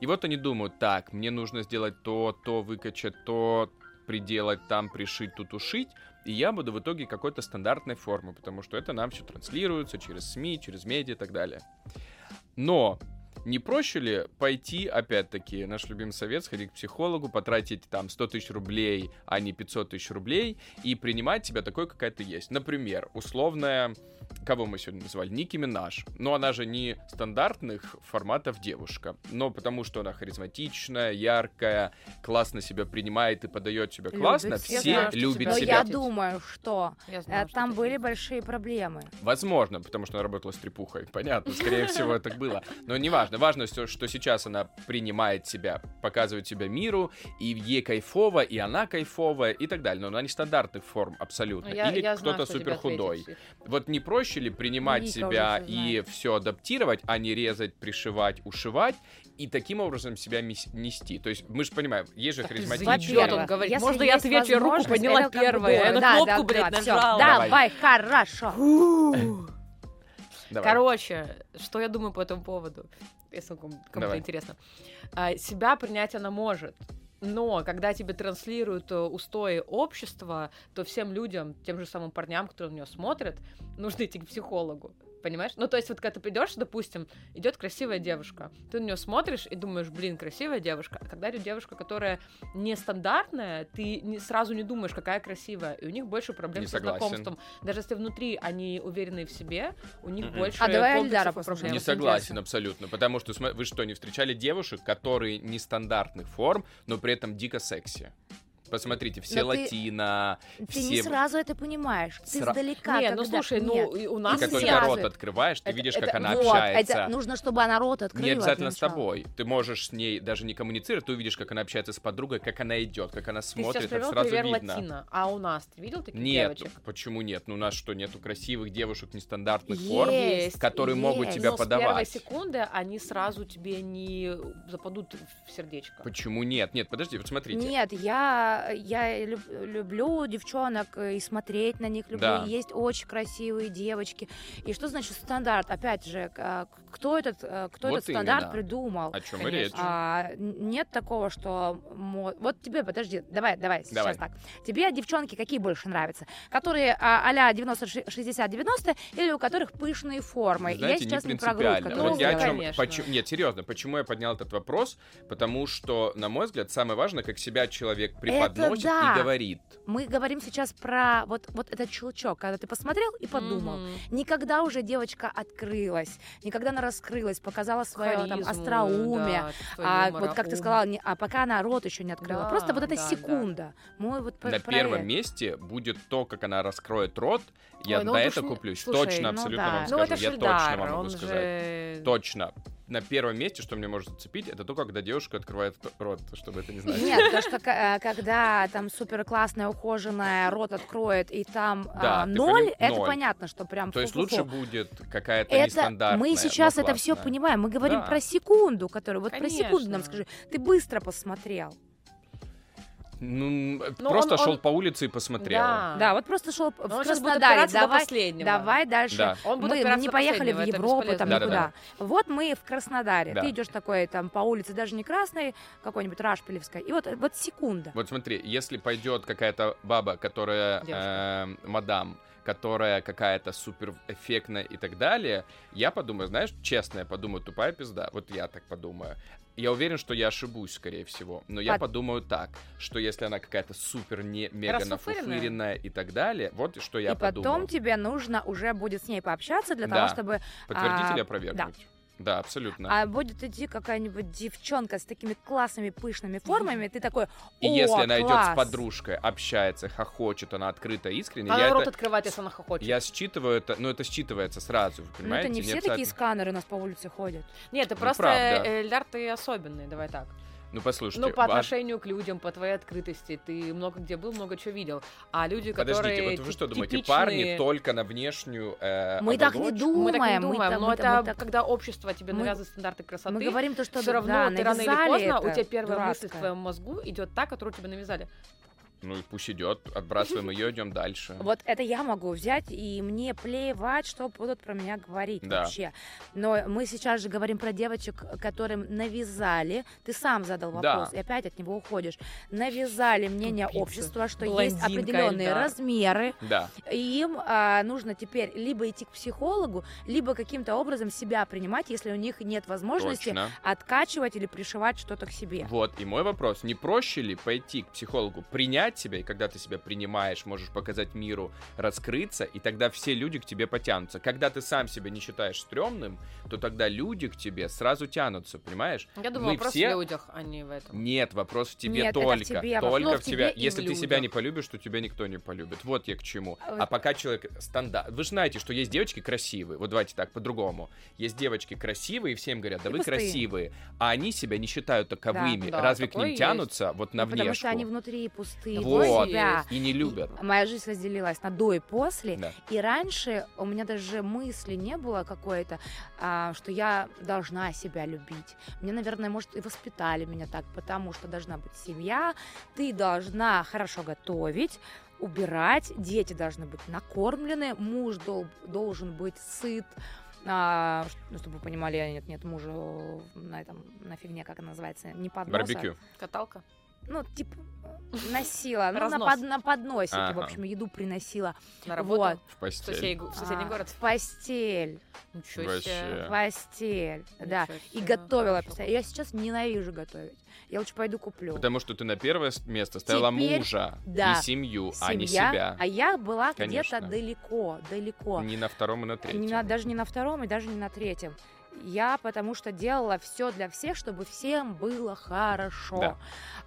Speaker 1: И вот они думают, так, мне нужно сделать то, то, выкачать то, приделать там, пришить, тут ушить, и я буду в итоге какой-то стандартной формы, потому что это нам все транслируется через СМИ, через медиа и так далее. Но не проще ли пойти, опять-таки, наш любимый совет, сходить к психологу, потратить там 100 тысяч рублей, а не 500 тысяч рублей, и принимать себя такой, какая ты есть. Например, условная, кого мы сегодня называли, Ники Минаж. Но она же не стандартных форматов девушка, но потому что она харизматичная, яркая, классно себя принимает и подает себя
Speaker 3: Любит
Speaker 1: классно,
Speaker 3: всех.
Speaker 1: все
Speaker 2: Я знаю, что тебя
Speaker 1: любят
Speaker 3: Но
Speaker 2: Без
Speaker 1: себя.
Speaker 3: я
Speaker 2: себя.
Speaker 3: думаю, что
Speaker 2: Я
Speaker 3: э,
Speaker 2: знала, что
Speaker 3: там
Speaker 2: ты-
Speaker 3: были большие проблемы.
Speaker 1: Возможно, потому что она работала с трепухой. Понятно,
Speaker 2: [laughs]
Speaker 1: скорее всего, так было. Но не важно. Важно, что, что сейчас она принимает себя, показывает себя миру, и ей кайфово, и она кайфовая, и так далее. Но она не стандартных форм абсолютно.
Speaker 2: Ну, А Я-
Speaker 1: Или
Speaker 2: я знаю,
Speaker 1: кто-то
Speaker 2: что
Speaker 1: супер
Speaker 2: тебе
Speaker 1: худой.
Speaker 2: ответить.
Speaker 1: Вот не проще ли принимать
Speaker 3: Вика
Speaker 1: себя
Speaker 3: уже всё
Speaker 1: и
Speaker 3: знает.
Speaker 1: все адаптировать, а не резать, пришивать, ушивать, и таким образом себя мис- нести. То есть мы же понимаем, есть же
Speaker 2: Да ты
Speaker 1: харизматичные...
Speaker 2: Идиот, он
Speaker 3: Во-первых,
Speaker 2: говорит.
Speaker 3: если
Speaker 2: Можно я
Speaker 3: есть
Speaker 2: отвечу? Я руку
Speaker 3: возможность,
Speaker 2: подняла
Speaker 3: это как бы
Speaker 2: первая. Я
Speaker 3: здорово.
Speaker 2: на
Speaker 3: Да,
Speaker 2: кнопку,
Speaker 3: да,
Speaker 2: блядь,
Speaker 3: да, всё.
Speaker 2: нажала.
Speaker 1: Давай.
Speaker 3: Давай, хорошо.
Speaker 1: Давай.
Speaker 2: Короче, что я думаю по этому поводу, если ком- кому-то
Speaker 1: Давай.
Speaker 2: интересно. А, Себя принять она может. Но когда тебе транслируют э, устои общества, то всем людям, тем же самым парням, которые на нее смотрят, [laughs] нужно идти к психологу. Понимаешь? Ну, то есть, вот когда ты придешь, допустим, идет красивая девушка, ты на нее смотришь и думаешь, блин, красивая девушка. А когда идет девушка, которая нестандартная, ты не- сразу не думаешь, какая красивая. И у них больше проблем
Speaker 1: Не
Speaker 2: с
Speaker 1: согласен.
Speaker 2: знакомством. Даже если внутри они уверены в себе, у них
Speaker 1: Мгм.
Speaker 2: больше
Speaker 3: А давай
Speaker 2: комплексов
Speaker 3: Эльдара
Speaker 2: и
Speaker 3: послушаем.
Speaker 2: проблем.
Speaker 1: Не
Speaker 3: вот
Speaker 1: согласен
Speaker 3: интересно.
Speaker 1: абсолютно, потому что см- вы что, не встречали девушек, которые нестандартных форм, но при этом дико секси? Посмотрите, все
Speaker 3: Но ты-
Speaker 1: латино,
Speaker 3: Ты не
Speaker 1: Все-
Speaker 3: сразу это понимаешь. Ты
Speaker 1: Сра-
Speaker 3: издалека.
Speaker 2: не, ну
Speaker 3: когда-
Speaker 2: слушай,
Speaker 3: Нет.
Speaker 2: ну и у нас
Speaker 1: ты
Speaker 3: Как
Speaker 1: только
Speaker 2: нет.
Speaker 3: связывает.
Speaker 1: рот открываешь, ты
Speaker 3: Это-
Speaker 1: видишь,
Speaker 3: это-
Speaker 1: как она
Speaker 3: вот, это
Speaker 1: общается.
Speaker 3: нужно, чтобы она рот открыла.
Speaker 1: Не обязательно
Speaker 3: для
Speaker 1: с
Speaker 3: начала.
Speaker 1: тобой. Ты можешь с ней даже не коммуницировать, ты увидишь, как она общается с подругой, как она идет, как она
Speaker 2: Ты сейчас
Speaker 1: смотрит, это
Speaker 2: привел
Speaker 1: сразу
Speaker 2: пример
Speaker 1: видно.
Speaker 2: латина, а у нас ты видел
Speaker 3: типа,
Speaker 2: таких
Speaker 1: Нет,
Speaker 2: девочек?
Speaker 1: почему нет? Ну у нас что, нету красивых девушек нестандартных форм?
Speaker 3: Есть,
Speaker 1: которые могут
Speaker 3: есть.
Speaker 1: тебя
Speaker 2: но Ну, с первой
Speaker 1: подавать.
Speaker 2: секунды они сразу тебе не западут в сердечко.
Speaker 1: Почему нет? Нет, подожди, вот смотрите.
Speaker 3: Нет, я, я люб- люблю девчонок э, и смотреть на них люблю.
Speaker 1: Да.
Speaker 3: И Есть очень красивые девочки. И что значит стандарт? Опять же, к- а, к- кто этот, э, кто
Speaker 1: Вот
Speaker 3: этот стандарт
Speaker 1: именно.
Speaker 3: придумал?
Speaker 1: О чем и
Speaker 2: Конечно.
Speaker 1: речь?
Speaker 3: А, н- нет такого, что мо- вот тебе, подожди, давай, давай,
Speaker 1: Давай.
Speaker 3: сейчас так. Тебе девчонки какие больше нравятся? Которые а, а-ля 90 ши- 60-90 или у которых пышные формы? И
Speaker 1: Знаете, не
Speaker 3: я сейчас не про грудь,
Speaker 1: принципиально.
Speaker 3: которую
Speaker 1: Вот я о
Speaker 3: сделала.
Speaker 1: чем...
Speaker 2: Конечно.
Speaker 1: поч- Нет, серьезно, почему я поднял этот вопрос? Потому что, на мой взгляд, самое важное, как себя человек преподносит
Speaker 3: да.
Speaker 1: и говорит.
Speaker 3: Мы говорим сейчас про вот, вот этот щелчок, когда ты посмотрел и подумал.
Speaker 2: Мгм.
Speaker 3: Никогда уже девочка открылась, никогда она раскрылась, показала свое там
Speaker 2: Харизму,
Speaker 3: остроумие.
Speaker 2: да, чувство
Speaker 3: А
Speaker 2: юмора,
Speaker 3: вот как ты
Speaker 2: ум.
Speaker 3: сказала, не- а пока она рот еще не открыла.
Speaker 2: Да,
Speaker 3: Просто вот эта
Speaker 2: да, да.
Speaker 3: секунда. Мой вот про-
Speaker 1: на
Speaker 3: про
Speaker 1: первом
Speaker 3: это.
Speaker 1: месте будет то, как она раскроет рот. Я
Speaker 2: Ой, ну
Speaker 1: на
Speaker 2: он
Speaker 1: это
Speaker 2: душный-
Speaker 1: куплюсь.
Speaker 2: слушай,
Speaker 1: точно,
Speaker 3: ну
Speaker 1: абсолютно
Speaker 3: да.
Speaker 1: вам
Speaker 3: Ну
Speaker 2: Ну
Speaker 1: скажу.
Speaker 2: это
Speaker 1: я
Speaker 2: Шельдар,
Speaker 1: точно вам могу
Speaker 2: он
Speaker 1: сказать.
Speaker 2: же...
Speaker 1: Точно. На первом месте, что мне может зацепить, это то, когда девушка открывает т- рот, чтобы это не знать.
Speaker 3: Нет, потому
Speaker 1: [laughs]
Speaker 3: что к- э, когда там супер классная, ухоженная, рот откроет, и там
Speaker 1: Да,
Speaker 3: а,
Speaker 1: ты
Speaker 3: ноль,
Speaker 1: поним-
Speaker 3: это
Speaker 1: ноль.
Speaker 3: понятно, что прям
Speaker 1: То есть
Speaker 3: фу-фу-фу.
Speaker 1: лучше будет какая-то
Speaker 3: это
Speaker 1: нестандартная.
Speaker 3: мы
Speaker 1: но
Speaker 3: сейчас это все
Speaker 1: классная.
Speaker 3: понимаем. Мы говорим
Speaker 1: Да.
Speaker 3: про секунду, которую вот про секунду
Speaker 2: Конечно.
Speaker 3: нам скажи. Ты быстро посмотрел.
Speaker 1: Ну,
Speaker 2: Но
Speaker 1: просто
Speaker 2: он- он-
Speaker 1: шел по улице и посмотрел.
Speaker 2: Да.
Speaker 3: Да, вот просто шел в
Speaker 2: А. Но он сейчас будет
Speaker 3: Краснодаре.
Speaker 2: опираться до
Speaker 3: Давай,
Speaker 2: последнего.
Speaker 3: давай дальше.
Speaker 1: Да.
Speaker 2: Он будет
Speaker 3: мы
Speaker 2: опираться
Speaker 3: не
Speaker 2: до
Speaker 3: поехали
Speaker 2: последнего,
Speaker 3: в
Speaker 2: это
Speaker 3: Европу, там
Speaker 2: бесполезно.
Speaker 1: Да-да-да.
Speaker 3: никуда. Вот мы в Краснодаре.
Speaker 1: Да.
Speaker 3: Ты идешь такой там по улице, даже не красной, какой-нибудь Рашпилевской. И вот, э, вот секунда.
Speaker 1: Вот смотри, если пойдет какая-то баба, которая
Speaker 2: Девушка.
Speaker 1: эм, мадам, которая какая-то супер эффектная и так далее, я подумаю, знаешь, честно, я подумаю, тупая пизда. Вот я так подумаю. Я уверен, что я ошибусь, скорее всего. Но я
Speaker 3: Под-
Speaker 1: подумаю так, что если она какая-то супер не мега
Speaker 2: Расфуфыренная.
Speaker 1: нафуфыренная и так далее, вот что я
Speaker 3: и потом
Speaker 1: подумал.
Speaker 3: тебе нужно уже будет с ней пообщаться для
Speaker 1: Да.
Speaker 3: того, чтобы
Speaker 1: Подтвердить
Speaker 3: а,
Speaker 1: или опровергнуть? Да, абсолютно.
Speaker 3: а, будет идти какая-нибудь девчонка с такими классными пышными формами, и ты такой, «Ну,
Speaker 1: и если она идет с
Speaker 3: класс!»
Speaker 1: подружкой, общается, хохочет, она открыта искренне,
Speaker 2: Она
Speaker 1: я
Speaker 2: рот
Speaker 1: это-
Speaker 2: открывает, если она хохочет.
Speaker 1: Я считываю это, ну это считывается сразу, вы
Speaker 3: Ну, это
Speaker 1: понимаете?
Speaker 3: не все
Speaker 1: обязательно-
Speaker 3: такие сканеры у нас по улице ходят.
Speaker 2: Нет, ты
Speaker 1: Ну,
Speaker 2: просто,
Speaker 1: правда.
Speaker 2: э, Эльдар, ты особенный, давай так.
Speaker 1: Ну послушайте,
Speaker 2: Ну, по
Speaker 1: ваш-
Speaker 2: отношению к людям, по твоей открытости. Ты много где был, много чего видел. А люди, которые...
Speaker 1: подождите, вот вы что
Speaker 2: ти-
Speaker 1: думаете,
Speaker 2: типичные-
Speaker 1: парни только на внешнюю э,
Speaker 3: Мы так не
Speaker 1: оболочку?
Speaker 2: Мы
Speaker 3: думаем,
Speaker 2: так не
Speaker 3: мы
Speaker 2: думаем,
Speaker 3: так-
Speaker 2: но
Speaker 3: мы
Speaker 2: это
Speaker 3: так- мы так-
Speaker 2: когда общество тебе
Speaker 3: Мы-
Speaker 2: навязывает стандарты красоты,
Speaker 3: Мы говорим то, что
Speaker 2: все равно
Speaker 3: да,
Speaker 2: ты рано или
Speaker 3: навязали
Speaker 2: поздно, у
Speaker 3: это
Speaker 2: тебя первая мысль в
Speaker 3: дурацкое.
Speaker 2: твоем мозгу идет та, которую тебе навязали.
Speaker 1: Ну и пусть идет, отбрасываем ее, идем дальше.
Speaker 3: Вот это я могу взять, и мне плевать, что будут про меня говорить
Speaker 1: Да.
Speaker 3: вообще. Но мы сейчас же говорим про девочек, которым навязали. Ты сам задал
Speaker 1: Да.
Speaker 3: вопрос, и опять от него уходишь. Навязали мнение
Speaker 2: Тупица.
Speaker 3: общества, что есть
Speaker 2: Блондинка,
Speaker 3: определенные
Speaker 2: Эльдар.
Speaker 3: размеры,
Speaker 1: Да.
Speaker 3: и им а, нужно теперь либо идти к психологу, либо каким-то образом себя принимать, если у них нет возможности
Speaker 1: Точно.
Speaker 3: откачивать или пришивать что-то к себе.
Speaker 1: Вот, и мой вопрос, не проще ли пойти к психологу, принять себя, и когда ты себя принимаешь, можешь показать миру, раскрыться, и тогда все люди к тебе потянутся. Когда ты сам себя не считаешь стрёмным, то тогда люди к тебе сразу тянутся, понимаешь?
Speaker 2: Я думала,
Speaker 1: Мы
Speaker 2: просто
Speaker 1: все-
Speaker 2: в людях, а не в этом.
Speaker 1: Нет, вопрос в тебе
Speaker 3: Нет, это в
Speaker 1: только.
Speaker 3: тебе вопрос.
Speaker 1: только
Speaker 2: Ну,
Speaker 1: в
Speaker 2: в
Speaker 1: тебя.
Speaker 2: тебе и в
Speaker 1: Если ты
Speaker 2: людях.
Speaker 1: себя не полюбишь, то тебя никто не полюбит. Вот я к чему.
Speaker 3: А
Speaker 1: А
Speaker 3: вот-
Speaker 1: пока человек стандарт. Вы же знаете, что есть девочки красивые. Вот давайте так, по-другому. Есть девочки красивые, и всем говорят, да
Speaker 3: И
Speaker 1: вы
Speaker 3: пустые.
Speaker 1: красивые. А они себя не считают таковыми.
Speaker 2: Да, да,
Speaker 1: Разве к
Speaker 2: такое
Speaker 1: ним
Speaker 2: есть.
Speaker 1: тянутся вот на
Speaker 3: Ну, потому
Speaker 1: внешку?
Speaker 3: что они внутри пустые,
Speaker 1: Вот.
Speaker 3: для себя.
Speaker 1: И не любят.
Speaker 3: И Моя жизнь разделилась на до и после.
Speaker 1: Да.
Speaker 3: И раньше у меня даже мысли не было какой-то, а, что я должна себя любить. Мне, наверное, может, и воспитали меня так, потому что должна быть семья, ты должна хорошо готовить, убирать, дети должны быть накормлены, муж дол- должен быть сыт. А, ш- ну, чтобы вы понимали, нет, нет мужа на этом, на фигне, как она называется, не подноса.
Speaker 1: Барбекю.
Speaker 2: Каталка.
Speaker 3: Ну, типа, носила, ну, на,
Speaker 2: Разнос.
Speaker 3: под- на подносике,
Speaker 1: Ага.
Speaker 3: в общем, еду приносила.
Speaker 2: На работу.
Speaker 3: Вот.
Speaker 1: В
Speaker 2: В,
Speaker 1: постель.
Speaker 2: сосед- в соседний
Speaker 3: А,
Speaker 2: город.
Speaker 3: В постель.
Speaker 2: Ничего
Speaker 1: Вообще.
Speaker 2: себе.
Speaker 1: Да.
Speaker 3: В постель. Да.
Speaker 2: Ничего
Speaker 3: И
Speaker 2: себе,
Speaker 3: готовила
Speaker 2: хорошо.
Speaker 3: постоянно. Я сейчас ненавижу готовить. Я лучше пойду куплю.
Speaker 1: Потому что ты на первое место ставила
Speaker 3: Теперь-
Speaker 1: мужа
Speaker 3: да.
Speaker 1: и семью, а не
Speaker 3: Семья.
Speaker 1: себя.
Speaker 3: А я была
Speaker 1: Конечно.
Speaker 3: где-то далеко, далеко.
Speaker 1: Не на втором и на третьем.
Speaker 3: А Не на- даже не на втором и даже не на третьем. Я потому что делала все для всех, чтобы всем было хорошо.
Speaker 1: Да.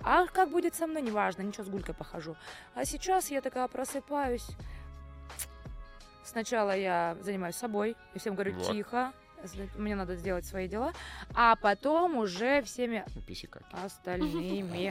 Speaker 3: А как будет со мной, неважно, ничего с гулькой похожу. А сейчас я такая просыпаюсь. Сначала я занимаюсь собой, и всем говорю
Speaker 1: Вот.
Speaker 3: тихо, зна- мне надо сделать свои дела, а потом уже всеми
Speaker 1: Писикаки.
Speaker 3: остальными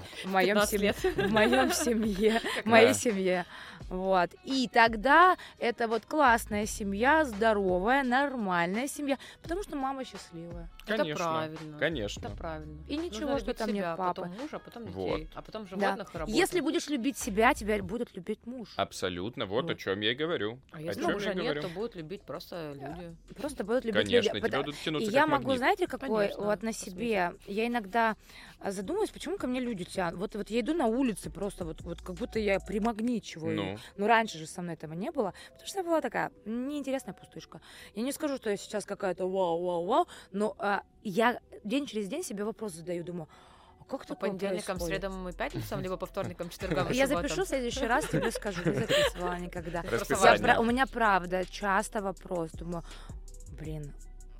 Speaker 3: в
Speaker 2: 15
Speaker 3: моем
Speaker 2: лет. [laughs]
Speaker 3: в
Speaker 1: [laughs]
Speaker 3: моем семье, в
Speaker 1: Да.
Speaker 3: моей семье. Вот. И тогда это вот классная семья, здоровая, нормальная семья, потому что мама счастливая.
Speaker 2: Это
Speaker 1: Конечно.
Speaker 2: правильно. Это
Speaker 1: Конечно.
Speaker 2: правильно.
Speaker 3: И
Speaker 2: Нужно
Speaker 3: ничего,
Speaker 2: Ну
Speaker 3: что
Speaker 2: любить
Speaker 3: там нет
Speaker 1: а
Speaker 2: себя, а
Speaker 3: папы.
Speaker 2: Потом мужа, потом детей,
Speaker 1: Вот.
Speaker 2: а потом
Speaker 3: Да.
Speaker 2: животных и работу.
Speaker 3: Если будешь любить себя, тебя будет любить муж.
Speaker 1: А Абсолютно, вот о
Speaker 3: Вот.
Speaker 1: чем я и говорю.
Speaker 2: А
Speaker 1: о
Speaker 2: если
Speaker 1: чем
Speaker 2: мужа
Speaker 1: я и
Speaker 2: нет,
Speaker 1: говорю.
Speaker 2: то будут любить просто люди.
Speaker 3: Просто будут любить
Speaker 1: Конечно,
Speaker 3: люди.
Speaker 1: тебя
Speaker 3: Пота-
Speaker 1: будут
Speaker 3: И
Speaker 1: тянуться
Speaker 3: я
Speaker 1: как
Speaker 3: могу,
Speaker 1: магнит.
Speaker 3: знаете, какой
Speaker 2: Конечно,
Speaker 3: вот на
Speaker 2: космически.
Speaker 3: себе. Я иногда а, задумываюсь, почему ко мне люди тянут. Вот, вот я иду на улице просто вот, вот как будто я примагничиваю.
Speaker 1: Ну,
Speaker 3: Ну, раньше же со мной этого не было, потому что я была такая неинтересная пустышка. Я не скажу, что я сейчас какая-то вау-вау-вау, но а, я день через день себе вопрос задаю, думаю, а как
Speaker 2: По
Speaker 3: такое
Speaker 2: понедельникам,
Speaker 3: происходит?
Speaker 2: средам и пятницам, либо по вторникам,
Speaker 3: [laughs]
Speaker 2: четвергам и
Speaker 3: Я
Speaker 2: субботам.
Speaker 3: запишу в следующий раз, тебе скажу, не записывала
Speaker 2: [laughs]
Speaker 3: никогда. Я
Speaker 1: расписание.
Speaker 3: пра- у меня правда часто вопрос, думаю, блин,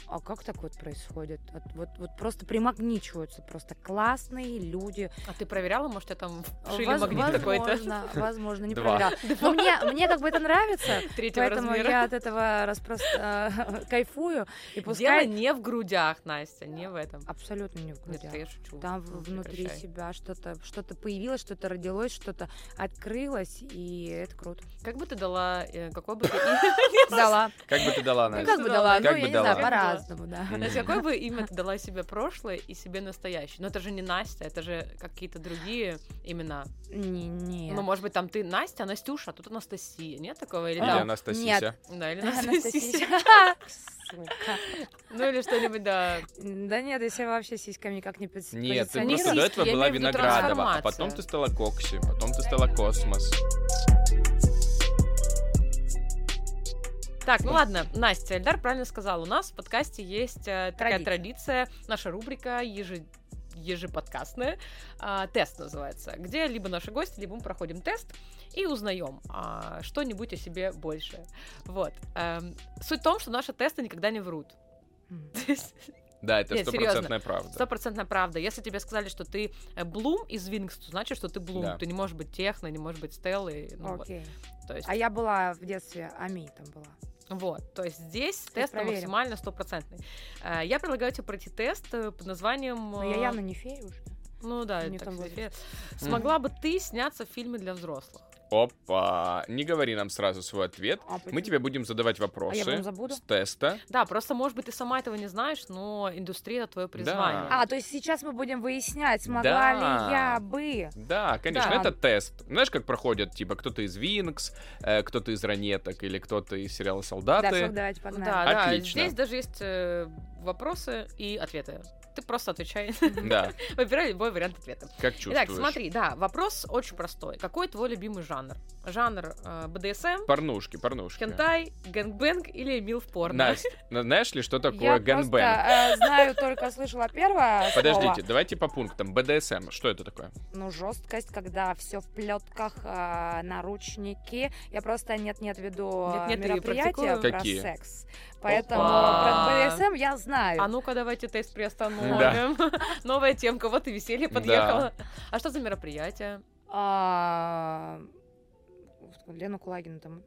Speaker 3: а как так вот происходит? Вот, вот, вот просто примагничиваются просто классные люди.
Speaker 2: А ты проверяла, может, я там [laughs] вшили
Speaker 3: Воз-
Speaker 2: магнит какой-то
Speaker 3: возможно, возможно, не
Speaker 1: Два.
Speaker 3: проверяла. Но мне, мне как бы это нравится.
Speaker 2: [laughs] третьего
Speaker 3: Поэтому
Speaker 2: размера?
Speaker 3: я от этого распрос... э, [laughs] кайфую и
Speaker 2: [laughs] Дело
Speaker 3: пускай
Speaker 2: не в грудях, Настя, не в этом.
Speaker 3: абсолютно не
Speaker 2: Нет,
Speaker 3: в грудях.
Speaker 2: это я шучу.
Speaker 3: Там
Speaker 2: Ну,
Speaker 3: в- внутри
Speaker 2: прекращай.
Speaker 3: себя что-то что-то появилось, что-то родилось, что-то открылось, и это круто.
Speaker 2: Как бы ты дала, э, какой бы ты...
Speaker 3: [laughs] Дала.
Speaker 2: [laughs]
Speaker 1: как бы ты дала,
Speaker 3: Ну,
Speaker 1: Настя?
Speaker 3: как бы дала, ну,
Speaker 1: Как
Speaker 3: я
Speaker 1: бы
Speaker 3: не
Speaker 1: дала.
Speaker 3: знаю, по-разному, да.
Speaker 1: Мгм.
Speaker 2: То есть какое бы имя ты дала себе прошлое и себе настоящее? Но это же не Настя, это же какие-то другие имена.
Speaker 3: [laughs] Не,
Speaker 2: Ну,
Speaker 3: не.
Speaker 2: может быть, там ты Настя, а Настюша, а тут Анастасия. Нет такого? Или
Speaker 1: Или
Speaker 3: Да.
Speaker 2: там...
Speaker 1: Анастасия.
Speaker 2: Да, или [laughs] Анастасия.
Speaker 3: [laughs] Анастасия. [laughs] Сука.
Speaker 2: Ну, или что-нибудь, да.
Speaker 3: Да нет, я себя вообще сисками никак не пози-
Speaker 1: Нет, ты просто
Speaker 3: позиционирую.
Speaker 1: до
Speaker 2: Российский,
Speaker 1: этого
Speaker 2: я
Speaker 1: была
Speaker 2: имею в виду
Speaker 1: Виноградова, а
Speaker 2: трансформация.
Speaker 1: потом ты стала Кокси, потом ты стала Космос.
Speaker 2: Так, ну ладно, Настя, Эльдар правильно сказал. У нас в подкасте есть э, такая традиция, наша рубрика ежи ежеподкастная, а, тест называется, где либо наши гости, либо мы проходим тест и узнаем а, что-нибудь о себе больше. Вот. Эм, суть в том, что наши тесты никогда не врут. [laughs]
Speaker 3: М.
Speaker 2: То есть
Speaker 1: Да, это
Speaker 2: Нет,
Speaker 1: стопроцентная правда.
Speaker 2: Стопроцентная правда. Если тебе сказали, что ты э, Блум из Винкс, то значит, что ты Блум.
Speaker 1: Да.
Speaker 2: Ты не можешь быть Техно, не можешь быть Стеллой. Ну, вот.
Speaker 3: Окей.
Speaker 2: То есть,
Speaker 3: А я была в детстве, Ами там была.
Speaker 2: вот. То есть здесь тест
Speaker 3: проверим.
Speaker 2: максимально стопроцентный. Э, Я предлагаю тебе пройти тест э, под названием...
Speaker 3: Но
Speaker 2: э,
Speaker 3: Ну, я явно не фея уже.
Speaker 2: Ну да,
Speaker 3: не в
Speaker 2: так
Speaker 3: том
Speaker 2: себе.
Speaker 3: возрасте.
Speaker 2: Смогла бы ты сняться в фильме для взрослых?
Speaker 1: Опа, не говори нам сразу свой ответ.
Speaker 3: А
Speaker 1: Мы
Speaker 3: почему? А
Speaker 1: тебе будем задавать вопросы
Speaker 3: потом забуду?
Speaker 1: с теста.
Speaker 2: Да, просто, может быть, ты сама этого не знаешь, но индустрия — это твое призвание.
Speaker 1: Да.
Speaker 3: А, то есть сейчас мы будем выяснять, смогла
Speaker 1: Да.
Speaker 3: ли я бы.
Speaker 1: Да, конечно,
Speaker 3: Да.
Speaker 1: это тест. Знаешь, как проходят, типа, кто-то из Винкс, э, кто-то из Ранеток или кто-то из сериала
Speaker 3: Да, всё,
Speaker 1: «Солдаты».
Speaker 3: давайте
Speaker 2: Ну
Speaker 3: погнали.
Speaker 2: да, да,
Speaker 1: Отлично.
Speaker 2: здесь даже есть э, вопросы и ответы. Ты просто отвечай.
Speaker 1: Да,
Speaker 2: Выбирай любой вариант ответа.
Speaker 1: как
Speaker 2: Итак,
Speaker 1: чувствуешь.
Speaker 2: смотри, да, вопрос очень простой. Какой твой любимый жанр? Жанр э, БДСМ,
Speaker 1: Порнушки, порнушки.
Speaker 2: хентай, гэнгбэнг или мил в порно?
Speaker 1: Настя, на- знаешь ли, что такое
Speaker 3: Я просто
Speaker 1: ганбэнг?
Speaker 3: э, знаю, только слышала первое
Speaker 1: Подождите,
Speaker 3: слово.
Speaker 1: давайте по пунктам. БДСМ, что это такое?
Speaker 3: Ну, жесткость, когда все в плетках, э, наручники. Я просто нет-нет веду э,
Speaker 2: Нет-нет, и
Speaker 3: мероприятия
Speaker 2: практикую.
Speaker 3: про
Speaker 1: Какие?
Speaker 3: секс. Поэтому
Speaker 2: Опа.
Speaker 3: про БДСМ я знаю.
Speaker 2: А ну-ка, давайте тест приостановим. [laughs] Новая темка, вот и веселье подъехало. А что за мероприятие?
Speaker 3: А, Лену Кулагину там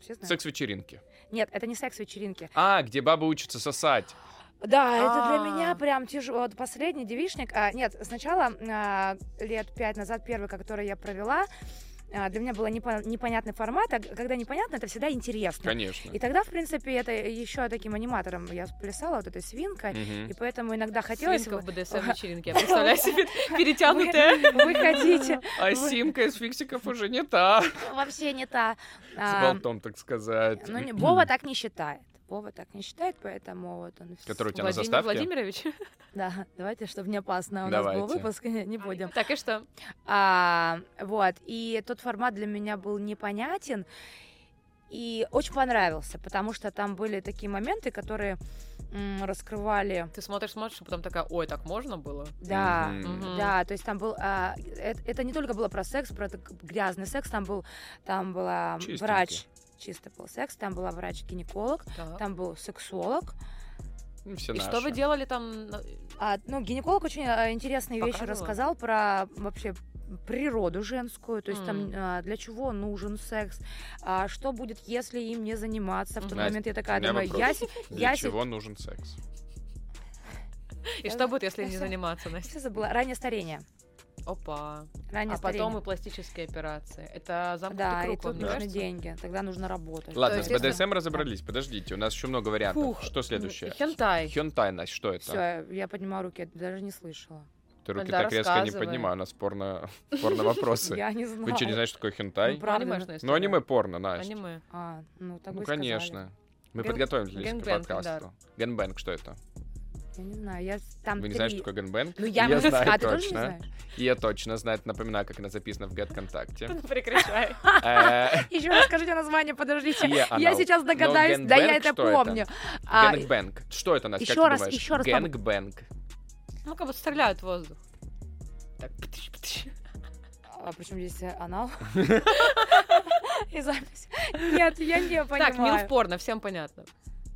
Speaker 3: все знают?
Speaker 1: Секс-вечеринки.
Speaker 3: Нет, это не секс-вечеринки.
Speaker 1: А, где бабы учатся сосать.
Speaker 3: Да, это для
Speaker 2: А.
Speaker 3: меня прям тяжело. Вот Последний девичник. а, нет, сначала а, лет пять назад первый, который я провела, а, для меня был непонятный формат, а г- когда непонятно, это всегда интересно.
Speaker 1: Конечно.
Speaker 3: И тогда, в принципе, это еще таким аниматором я плясала вот этой свинкой,
Speaker 1: Мгм.
Speaker 3: и поэтому иногда хотелось
Speaker 2: Свинка
Speaker 3: бы
Speaker 2: в БДСМ-вечеринке, я [laughs] представляю себе перетянутая.
Speaker 3: [laughs] выходить
Speaker 1: [laughs] А симка из фиксиков уже не та.
Speaker 3: вообще не та.
Speaker 1: С
Speaker 3: А,
Speaker 1: болтом, так сказать.
Speaker 3: Ну,
Speaker 1: [clears throat]
Speaker 3: не- Вова так не считает. Вова так не считает, поэтому вот он... вс-
Speaker 1: Который у тебя на
Speaker 2: Владимир
Speaker 1: заставке?
Speaker 2: Владимирович.
Speaker 3: Да, давайте, чтобы не опасно у нас
Speaker 1: Давайте.
Speaker 3: был выпуск, [laughs] не, не будем.
Speaker 2: Так, и что?
Speaker 3: А, вот, и тот формат для меня был непонятен и очень понравился, потому что там были такие моменты, которые м, раскрывали...
Speaker 2: Ты смотришь, смотришь, и потом такая, ой, так можно было?
Speaker 3: Да,
Speaker 1: Мгм.
Speaker 2: Мгм.
Speaker 3: Да, то есть там был, а, э- это, не только было про секс, про так- грязный секс, там был, там была
Speaker 1: Чистенький.
Speaker 3: врач, чисто был секс, там была врач-гинеколог,
Speaker 2: Так.
Speaker 3: там был сексолог,
Speaker 1: Ну, Все
Speaker 2: И что
Speaker 1: наши.
Speaker 2: вы делали там? на-
Speaker 3: А, ну, гинеколог очень а, интересные вещи
Speaker 2: Показывала?
Speaker 3: рассказал про вообще природу женскую, то есть
Speaker 2: М.
Speaker 3: там а, для чего нужен секс, а, что будет, если им не заниматься. В тот
Speaker 2: Мгм.
Speaker 3: момент я такая
Speaker 1: у меня
Speaker 3: думаю, я,
Speaker 1: вопрос.
Speaker 3: се-
Speaker 1: Для
Speaker 3: я се-
Speaker 1: чего нужен секс?
Speaker 2: И что будет, [laughs] если не
Speaker 3: Всё.
Speaker 2: заниматься, Настя?
Speaker 3: всё забыла. Раннее старение.
Speaker 2: Опа.
Speaker 3: Раннее
Speaker 2: А потом
Speaker 3: старение.
Speaker 2: и пластические операции. Это
Speaker 3: да,
Speaker 2: замкнутый
Speaker 3: и
Speaker 2: круг,
Speaker 3: тут
Speaker 2: вам не
Speaker 3: нужны
Speaker 2: кажется?
Speaker 3: деньги, тогда нужно работать.
Speaker 1: Ладно,
Speaker 2: есть,
Speaker 1: с
Speaker 2: если-
Speaker 1: БДСМ разобрались. Подождите, у нас еще много вариантов.
Speaker 2: Фух.
Speaker 3: ну,
Speaker 1: Что следующее?
Speaker 2: Хентай.
Speaker 1: Хентай, Настя, что это?
Speaker 3: Все, я поднимаю руки, я даже не слышала.
Speaker 1: Ты руки
Speaker 2: Да,
Speaker 1: так резко не
Speaker 2: рассказывай.
Speaker 1: поднимай, у нас порно, [laughs] порно вопросы.
Speaker 3: Я не знала.
Speaker 1: Вы что, не знаете, что такое хентай?
Speaker 3: Ну, правда,
Speaker 2: Анимешная
Speaker 3: да.
Speaker 1: Ну,
Speaker 2: история.
Speaker 1: аниме порно, Настя.
Speaker 3: [laughs]
Speaker 2: Аниме.
Speaker 3: А, ну, так бы
Speaker 1: Ну,
Speaker 3: и сказали.
Speaker 1: конечно. Мы
Speaker 2: Гэн-
Speaker 1: подготовились к
Speaker 2: гэнгбэнг,
Speaker 1: подкасту. Гэнбэнг, что это?
Speaker 3: Я не знаю, я с- там
Speaker 1: Вы не
Speaker 3: три-
Speaker 1: знаете, что такое гэнбэнг?
Speaker 3: Ну, я,
Speaker 1: я
Speaker 3: могу-
Speaker 1: знаю
Speaker 3: а ты тоже не
Speaker 1: точно.
Speaker 3: знаешь?
Speaker 1: И Я точно знаю, это напоминаю, как она записана в ГЭТ-контакте.
Speaker 2: Прекращай.
Speaker 1: Э,
Speaker 3: Еще раз скажите название, подождите.
Speaker 1: Е,
Speaker 3: [laughs] Я
Speaker 1: анал.
Speaker 3: сейчас
Speaker 1: Но
Speaker 3: догадаюсь, да я
Speaker 1: гэнбэнг
Speaker 3: это
Speaker 1: что это?
Speaker 3: помню. А,
Speaker 1: Гэнгбэнг. Что это, Настя,
Speaker 3: Ещё
Speaker 1: как
Speaker 3: раз,
Speaker 1: ты думаешь?
Speaker 3: ещё раз, пап-
Speaker 1: Гэнгбэнг.
Speaker 2: [laughs] Ну, как будто стреляют в воздух. Так, птыщ, птыщ.
Speaker 3: а причем здесь э,
Speaker 1: [laughs]
Speaker 3: анал? И запись. Нет, я не
Speaker 2: Так, мил в
Speaker 3: понимаю.
Speaker 2: порно, всем понятно.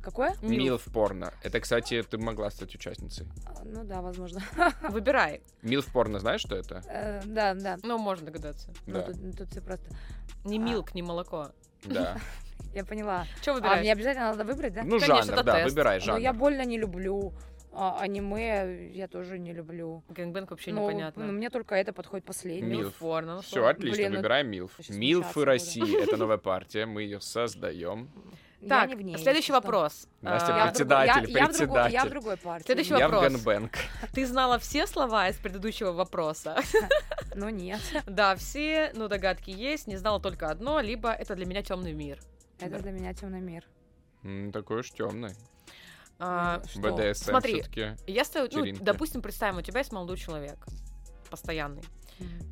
Speaker 3: Какое?
Speaker 2: Мил.
Speaker 1: Милф порно. Это, кстати, ты могла стать участницей.
Speaker 3: А, Ну да, возможно.
Speaker 2: [laughs] Выбирай.
Speaker 1: Милф порно, знаешь, что это?
Speaker 3: Э, Да, да.
Speaker 2: Ну, можно догадаться.
Speaker 3: Ну,
Speaker 1: Да.
Speaker 3: тут- Тут все просто.
Speaker 2: Не
Speaker 3: А.
Speaker 2: милк, не молоко.
Speaker 3: [laughs]
Speaker 1: Да.
Speaker 3: Я поняла.
Speaker 2: Что
Speaker 3: А мне
Speaker 2: выбираешь?
Speaker 3: обязательно надо выбрать, да?
Speaker 1: Ну,
Speaker 2: Конечно,
Speaker 1: жанр,
Speaker 2: это
Speaker 1: да,
Speaker 2: тест.
Speaker 1: выбирай
Speaker 3: Но Ну, я
Speaker 1: жанр.
Speaker 3: больно не люблю. а, Аниме я тоже не люблю.
Speaker 2: Гэнгбэнг вообще
Speaker 3: Ну, ну,
Speaker 2: непонятно.
Speaker 3: мне только это подходит последний.
Speaker 1: Мил.
Speaker 2: Милф порно. ну
Speaker 1: Все,
Speaker 2: что?
Speaker 1: отлично,
Speaker 3: Блин, ну,
Speaker 1: выбираем Милф.
Speaker 3: сейчас
Speaker 1: Милфы
Speaker 3: смущаться
Speaker 1: России. Это новая партия, мы ее создаем.
Speaker 2: Так,
Speaker 4: я не в ней.
Speaker 2: следующий
Speaker 4: если что.
Speaker 2: вопрос.
Speaker 1: Настя,
Speaker 2: А,
Speaker 3: Я в друг- я-
Speaker 1: Председатель,
Speaker 3: я в другой- Я в
Speaker 1: председатель.
Speaker 3: другой партии.
Speaker 2: Следующий
Speaker 1: Я в
Speaker 2: вопрос.
Speaker 1: Гэнбэнг.
Speaker 2: Ты знала все слова из предыдущего вопроса?
Speaker 3: Ну нет, [laughs]
Speaker 2: Да, все, ну догадки есть, не знала только одно, либо это для меня темный мир.
Speaker 3: это для меня темный мир.
Speaker 1: М, Такой уж темный.
Speaker 2: А,
Speaker 3: Что?
Speaker 1: БДСМ
Speaker 2: Смотри.
Speaker 1: все-таки
Speaker 2: я стою, ну,
Speaker 1: Вечеринка.
Speaker 2: допустим, представим, у тебя есть молодой человек, постоянный.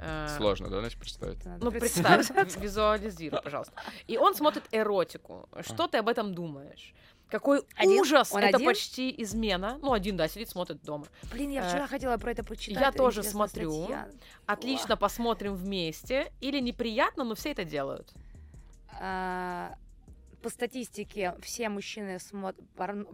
Speaker 2: Э,
Speaker 1: сложно, да, Настя, представить?
Speaker 3: Это надо
Speaker 2: Ну, представь,
Speaker 3: представить.
Speaker 2: ви- визуализируй, пожалуйста. И он смотрит эротику. Что ты об этом думаешь? Какой
Speaker 3: Один?
Speaker 2: ужас!
Speaker 3: Он
Speaker 2: это
Speaker 3: один?
Speaker 2: почти измена. Ну, один, да, сидит, смотрит дома.
Speaker 3: [laughs] Блин, я
Speaker 2: э,
Speaker 3: вчера хотела про это почитать.
Speaker 2: я
Speaker 3: это
Speaker 2: тоже
Speaker 3: интересная
Speaker 2: смотрю.
Speaker 3: статья.
Speaker 2: Отлично, посмотрим вместе. Или неприятно, но все это делают.
Speaker 3: А, По статистике все мужчины смотрят...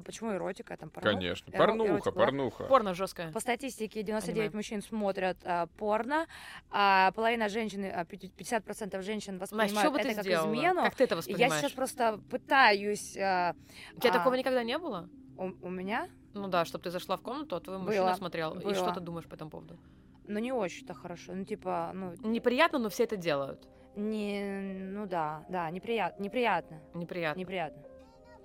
Speaker 3: Почему эротика? Там порно?
Speaker 1: Конечно.
Speaker 3: Эро-
Speaker 1: Порнуха,
Speaker 3: эротику, да?
Speaker 1: порнуха.
Speaker 2: Порно жесткое.
Speaker 3: По статистике 99
Speaker 2: Понимаю.
Speaker 3: мужчин смотрят а, порно, а половина женщин, а, пяти- 50% женщин воспринимают
Speaker 2: Настя, что бы
Speaker 3: это
Speaker 2: ты
Speaker 3: как
Speaker 2: сделала?
Speaker 3: измену.
Speaker 2: Как ты это
Speaker 3: И я
Speaker 2: воспринимаешь?
Speaker 3: сейчас просто пытаюсь... а,
Speaker 2: У тебя
Speaker 3: а,
Speaker 2: такого никогда не было?
Speaker 3: у, у меня,
Speaker 2: Ну да, чтобы ты зашла в комнату, а твой
Speaker 3: Было,
Speaker 2: мужчина смотрел. И что
Speaker 3: было.
Speaker 2: ты думаешь по этому поводу?
Speaker 3: ну, не очень-то хорошо. Ну, типа, ну,
Speaker 2: Неприятно, но все это делают.
Speaker 3: не, ну да, да, неприятно, неприятно,
Speaker 2: Неприятно.
Speaker 3: неприятно.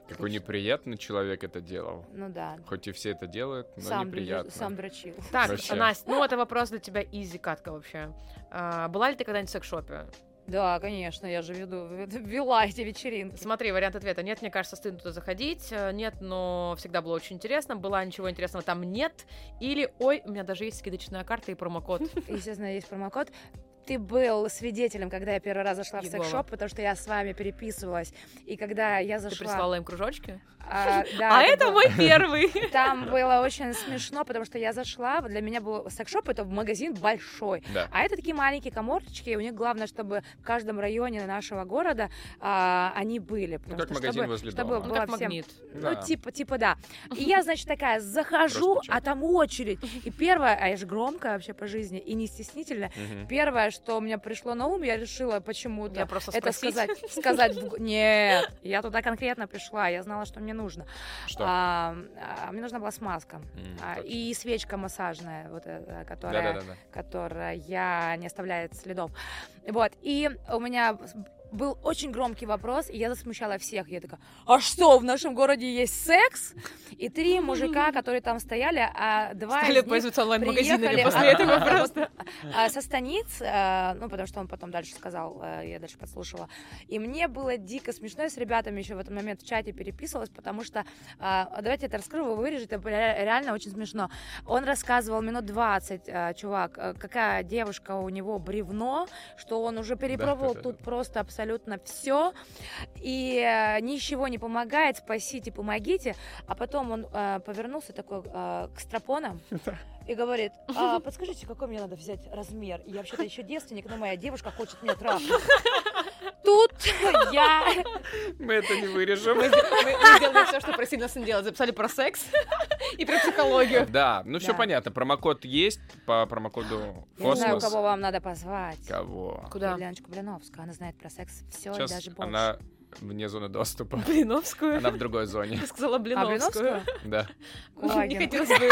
Speaker 1: Какой неприятный человек это делал.
Speaker 3: Ну да,
Speaker 1: Хоть и все это делают, но
Speaker 3: сам,
Speaker 1: ну, неприятно.
Speaker 3: дрю- сам дрочил.
Speaker 2: Так,
Speaker 1: Вообще.
Speaker 2: Настя, ну это вопрос для тебя изи катка вообще. А, была ли ты когда-нибудь в секс-шопе?
Speaker 3: Да, конечно, я же веду, вела эти вечеринки.
Speaker 2: Смотри, вариант ответа. Нет, мне кажется, стыдно туда заходить. Э, Нет, но всегда было очень интересно. Была ничего интересного там нет. Или, ой, у меня даже есть скидочная карта и промокод.
Speaker 3: [laughs] [laughs] Естественно, есть промокод. Ты был свидетелем, когда я первый раз зашла в
Speaker 2: Егова.
Speaker 3: секс-шоп, потому что я с вами переписывалась. И когда я
Speaker 2: Ты
Speaker 3: зашла...
Speaker 2: прислала им кружочки?
Speaker 3: [laughs] А, да,
Speaker 2: А
Speaker 3: было-
Speaker 2: это мой
Speaker 3: [laughs]
Speaker 2: первый.
Speaker 3: Там было очень смешно, потому что я зашла, вот для меня был секс-шоп, это магазин большой.
Speaker 1: Да.
Speaker 3: А это такие маленькие коморочки, и у них главное, чтобы в каждом районе нашего города а, они были.
Speaker 1: Ну,
Speaker 3: потому
Speaker 1: как
Speaker 3: что
Speaker 1: магазин
Speaker 3: чтобы-
Speaker 1: возле
Speaker 3: чтобы
Speaker 1: дома.
Speaker 2: Ну
Speaker 3: было
Speaker 2: как
Speaker 3: всем-
Speaker 2: магнит.
Speaker 1: Да.
Speaker 3: Ну, типа, типа, да. И я, значит, такая захожу,
Speaker 1: Распечатка.
Speaker 3: а там очередь. И первое, а я же громкая вообще по жизни и не стеснительная.
Speaker 1: Мгм.
Speaker 3: Первое, что у меня пришло на ум, я решила
Speaker 2: Я
Speaker 3: почему-то
Speaker 2: просто
Speaker 3: это
Speaker 2: спросить.
Speaker 3: сказать. Сказать, в г- нет, я туда конкретно пришла, я знала, что мне нужно.
Speaker 1: Что?
Speaker 3: А, а, мне нужна была смазка.
Speaker 1: М,
Speaker 3: А,
Speaker 1: точно.
Speaker 3: И свечка массажная, вот эта, которая,
Speaker 1: Да-да-да.
Speaker 3: которая не оставляет следов. Вот. И у меня с- был очень громкий вопрос, и я засмущала всех. Я такая, а что, в нашем городе есть секс? И три мужика, которые там стояли, а два
Speaker 2: [laughs] Стали
Speaker 3: из них
Speaker 2: пользоваться онлайн-магазинами
Speaker 3: приехали
Speaker 2: после
Speaker 3: а, [laughs]
Speaker 2: этого
Speaker 3: а,
Speaker 2: просто.
Speaker 3: а, со станиц, э, ну, потому что он потом дальше сказал, э, я дальше подслушала. И мне было дико смешно, я с ребятами еще в этот момент в чате переписывалась, потому что, а, давайте это раскрою, вы вырежете, это ре- реально очень смешно. Он рассказывал минут 20, э, чувак, э, какая девушка у него бревно, что он уже
Speaker 1: да,
Speaker 3: перепробовал
Speaker 1: да,
Speaker 3: тут просто абсолютно все, и э, ничего не помогает, спасите, помогите. А потом он э, повернулся такой э, к стропонам, и говорит, «А, подскажите, какой мне надо взять размер? Я вообще-то еще девственник, но моя девушка хочет меня трахнуть. Тут
Speaker 2: [laughs]
Speaker 3: я...
Speaker 1: Мы это не
Speaker 3: [laughs]
Speaker 1: вырежем.
Speaker 2: Мы сделали все, что просили нас не делать. Записали про секс [laughs] и про психологию.
Speaker 1: Да, ну все
Speaker 3: Да.
Speaker 1: понятно. Промокод есть по промокоду
Speaker 3: Я не знаю,
Speaker 1: Космос.
Speaker 3: кого вам надо позвать.
Speaker 1: Кого?
Speaker 2: Куда?
Speaker 3: Леночку Блиновскую, она знает про секс все и
Speaker 1: Сейчас
Speaker 3: даже больше.
Speaker 1: она вне зоны
Speaker 3: [laughs]
Speaker 1: доступа.
Speaker 2: Блиновскую.
Speaker 1: Она в другой зоне. [laughs]
Speaker 2: Я сказала
Speaker 3: А,
Speaker 2: Блиновскую.
Speaker 3: [laughs]
Speaker 1: Да.
Speaker 2: [laughs] Не
Speaker 3: Кулагин.
Speaker 2: хотелось бы.